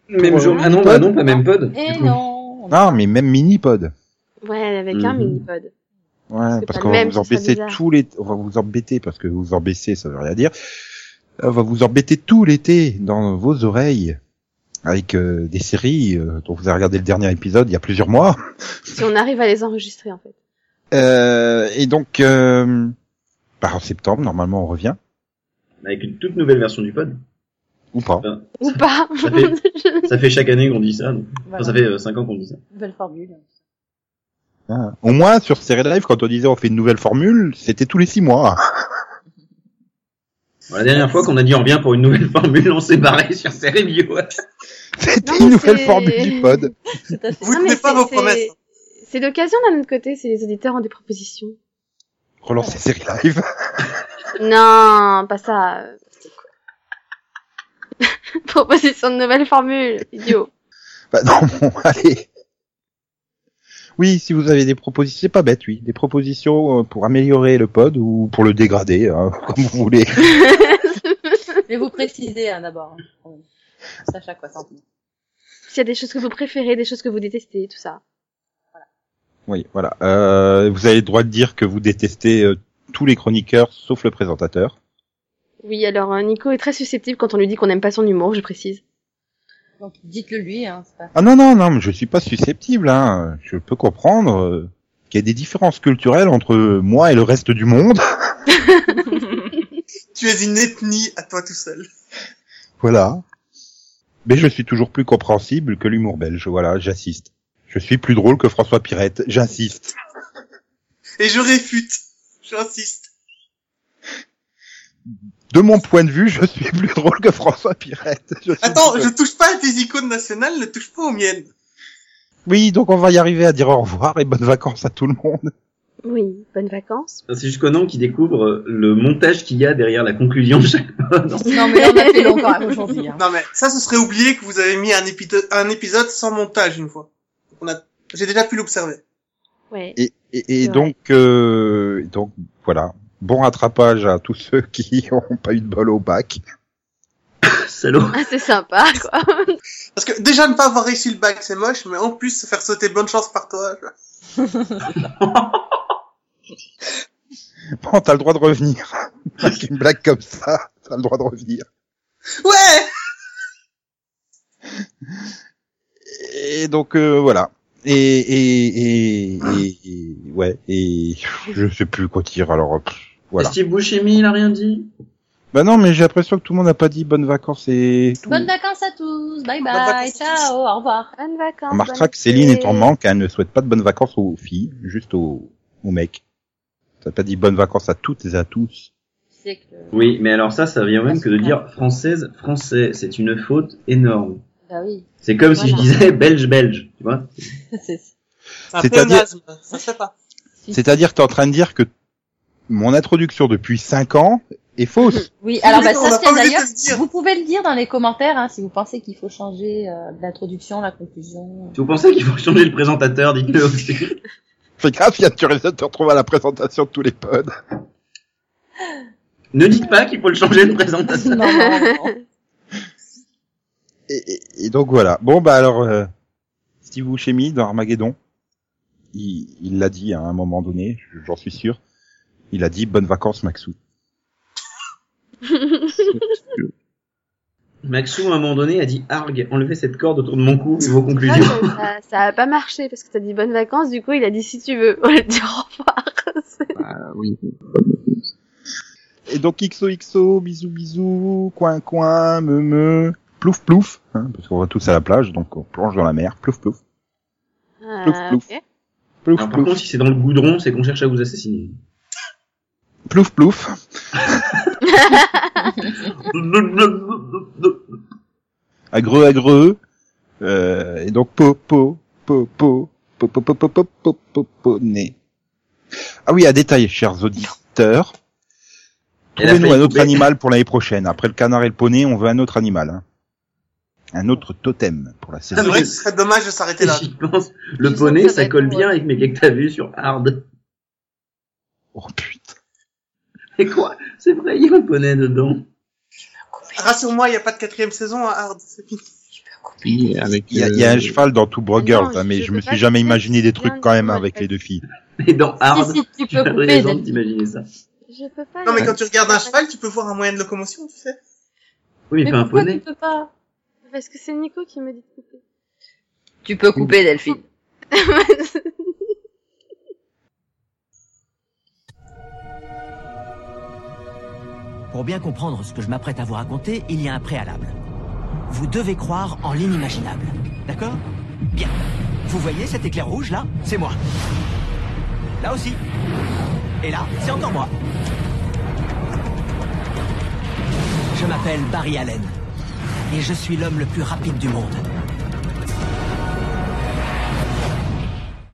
B: Même
A: Ouais.
B: jour. Ah non, bah non, pas même pod.
C: Eh
B: du coup.
C: non
A: Non, Ah, mais même mini-pod.
E: Ouais, avec un
A: Mm-hmm.
B: Mhm.
E: mini-pod.
A: Ouais,
E: C'est
A: parce
E: pas
A: qu'on
E: le
A: va
E: même,
A: vous
E: ça serait
A: embêter
E: bizarre.
A: tous les, on va vous embêter parce que vous embêter, ça veut rien dire. On va vous embêter tout l'été dans vos oreilles avec euh, des séries euh, dont vous avez regardé le dernier épisode il y a plusieurs mois.
E: Si on arrive à les enregistrer en fait.
A: Euh, et donc, euh, bah, en septembre, normalement, on revient.
B: Avec une toute nouvelle version du pod.
A: Ou pas.
E: Ou pas.
B: Ça fait, ça fait chaque année qu'on dit ça. donc. Enfin,
C: Voilà.
B: ça fait 5 ans qu'on dit ça.
C: Belle formule.
A: Ah. Au moins, sur Série Live, quand on disait on fait une nouvelle formule, c'était tous les six mois.
B: Bon, la dernière fois qu'on a dit on revient pour une nouvelle formule, on s'est barré sur Série Bio.
A: C'était
E: Non,
A: une
E: mais
A: nouvelle
E: c'est-
A: formule du pod.
C: Tout à fait.
D: Vous
E: Non,
D: ne
E: mais
D: tenez pas
E: c'est-
D: vos
E: c'est-
D: promesses.
E: C'est l'occasion d'un autre côté, c'est les auditeurs ont des propositions.
A: Relancer Série Live.
E: Non, pas ça. euh, Proposition de nouvelle formule, idiot.
A: Bah non, bon, allez. Oui, si vous avez des propositions, c'est pas bête, oui. Des propositions euh, pour améliorer le pod ou pour le dégrader, hein, comme vous voulez.
C: Mais vous précisez hein, d'abord. hein. C'est à chaque fois, tant pis.
E: S'il y a des choses que vous préférez, des choses que vous détestez, tout ça.
A: Oui, voilà. Euh, vous avez le droit de dire que vous détestez euh, tous les chroniqueurs sauf le présentateur.
E: Oui, alors euh, Nico est très susceptible quand on lui dit qu'on n'aime pas son humour, je précise.
C: Donc dites-le lui, hein, c'est pas.
A: Ah non, non, non, mais je suis pas susceptible, hein. Je peux comprendre euh, qu'il y a des différences culturelles entre moi et le reste du monde.
D: Tu es une ethnie à toi tout seul.
A: Voilà. Mais je suis toujours plus compréhensible que l'humour belge. Voilà, j'insiste. Je suis plus drôle que François Pirette. J'insiste.
D: Et je réfute. J'insiste.
A: De mon point de vue, je suis plus drôle que François Pirette. Je suis
D: Attends,
A: plus
D: je
A: drôle.
D: touche pas à tes icônes nationales, ne touche pas aux miennes.
A: Oui, donc on va y arriver à dire au revoir et bonnes vacances à tout le monde.
E: Oui, bonnes vacances.
B: C'est jusqu'au nom qui découvre euh, le montage qu'il y a derrière la conclusion de chaque pod.
C: Non, mais là, on a fait long quand même aujourd'hui. Hein.
D: Non mais ça, ce serait oublier que vous avez mis un, épido- un épisode sans montage une fois. On a, j'ai déjà pu l'observer.
E: Ouais.
A: Et, et, et
E: C'est vrai.
A: donc, euh, donc voilà. Bon rattrapage à tous ceux qui ont pas eu de bol au bac.
B: Salaud.
E: Ah, c'est sympa, quoi.
D: Parce que déjà ne pas avoir réussi le bac, c'est moche, mais en plus se faire sauter bonne chance par toi.
A: Bon, t'as le droit de revenir. Avec une blague comme ça, t'as le droit de revenir.
D: Ouais.
A: Et donc euh, voilà. Et et, et, et- et- ouais et je sais plus quoi dire alors pff, voilà.
B: Steve Buscemi, il a rien dit.
A: Bah non mais j'ai l'impression que tout le monde n'a pas dit bonnes vacances et tout.
C: Bonnes vacances à tous, bye bye,
D: vacances à tous.
C: ciao, au revoir.
E: Bonnes vacances.
A: On remarquera
E: bonnes
A: que Céline est en
E: vacances.
A: manque, elle ne souhaite pas de bonnes vacances aux filles, juste aux, aux mecs. T'as pas dit bonnes vacances à toutes et à tous.
C: C'est que-
B: Oui, mais alors ça, ça vient même que de dire française, français. C'est une faute énorme.
C: Bah oui,
B: C'est comme si je
E: Voilà.
B: disais belge, belge. Tu vois
C: c'est
D: C'est un
A: C'est-à-dire-
D: pléonasme, ça se fait pas.
A: C'est-à-dire que t'es en train de dire que mon introduction depuis 5 ans est fausse.
C: Oui, alors bah,
D: on n'a
C: ça c'est
D: pas oublié de
C: d'ailleurs,
D: le dire.
C: vous pouvez le dire dans les commentaires hein, si vous pensez qu'il faut changer euh, l'introduction, la conclusion.
B: Si vous pensez qu'il faut changer le présentateur, dites-le aussi.
A: Fais gaffe, Yann, tu risques de te retrouver à la présentation de tous les pods.
B: Ne dites pas qu'il faut le changer de présentation.
A: Et, et- et donc voilà. Bon bah alors, euh, Steve Buscemi dans Armageddon, il il l'a dit à un moment donné, j'en suis sûr. Il a dit bonnes vacances Maxou.
B: Maxou, à un moment donné, a dit Arg, enlevez cette corde autour de mon cou et vos conclusions.
E: Ah, ça, ça a pas marché parce que t'as dit bonnes vacances, du coup il a dit si tu veux. On lui a dit au revoir.
F: Ah oui.
A: Et donc XOXO, bisous bisous, coin coin, me me, plouf plouf, hein, parce qu'on va tous à la plage, donc on plonge dans la mer, plouf plouf, Plouf, plouf.
E: ok.
A: plouf
B: Alors, par
A: plouf,
B: contre, si c'est dans le goudron, c'est qu'on cherche à vous assassiner.
A: plouf plouf. agreux agreux euh, et donc po po po po po po po po po po po po né. ah oui à détailler chers auditeurs
B: Elle a
A: trouvez-nous
B: failli
A: un autre
B: couper.
A: animal pour l'année prochaine après le canard et le poney on veut un autre animal hein. un autre totem pour la
E: Ah,
D: C'est
A: saison
D: vrai que ce serait dommage de s'arrêter là.
B: J'y pense. Le
M: Je sens que
B: poney,
M: ça
B: ça
M: va être
B: colle
M: drôle.
B: bien avec mes gars que t'as vu sur Hard.
A: oh putain
B: Et quoi C'est vrai, il y a un poney dedans.
D: Rassure-moi, il n'y a pas de quatrième saison à Hard. c'est fini.
F: Oui, avec.
A: il y, a, il y a
F: euh,
A: un cheval dans tout Bro
E: non,
A: Girls hein,
E: je-
A: mais
E: je
A: je
E: peux
A: me
E: pas
A: suis jamais
E: couper,
A: imaginé des
E: c'est
A: trucs
E: bien
A: quand même
E: de-
A: avec les deux filles
B: Et dans Hard,
M: Si, si, tu
B: tu
M: peux
B: as
M: couper.
B: raison
M: David.
B: d'imaginer ça.
E: Je peux pas.
D: Non, mais
E: là.
D: quand tu regardes un cheval, tu peux voir un moyen de locomotion, tu sais.
B: Oui, mais
M: Mais
B: pas un
M: pourquoi tu
B: poney.
M: peux pas
E: Parce que c'est Nico qui me dit de couper.
C: Tu peux couper, Delphine.
I: Pour bien comprendre ce que je m'apprête à vous raconter, il y a un préalable. Vous devez croire en l'inimaginable. D'accord Bien. Vous voyez cet éclair rouge là C'est moi. Là aussi. Et là, c'est encore moi. Je m'appelle Barry Allen. Et je suis l'homme le plus rapide du monde.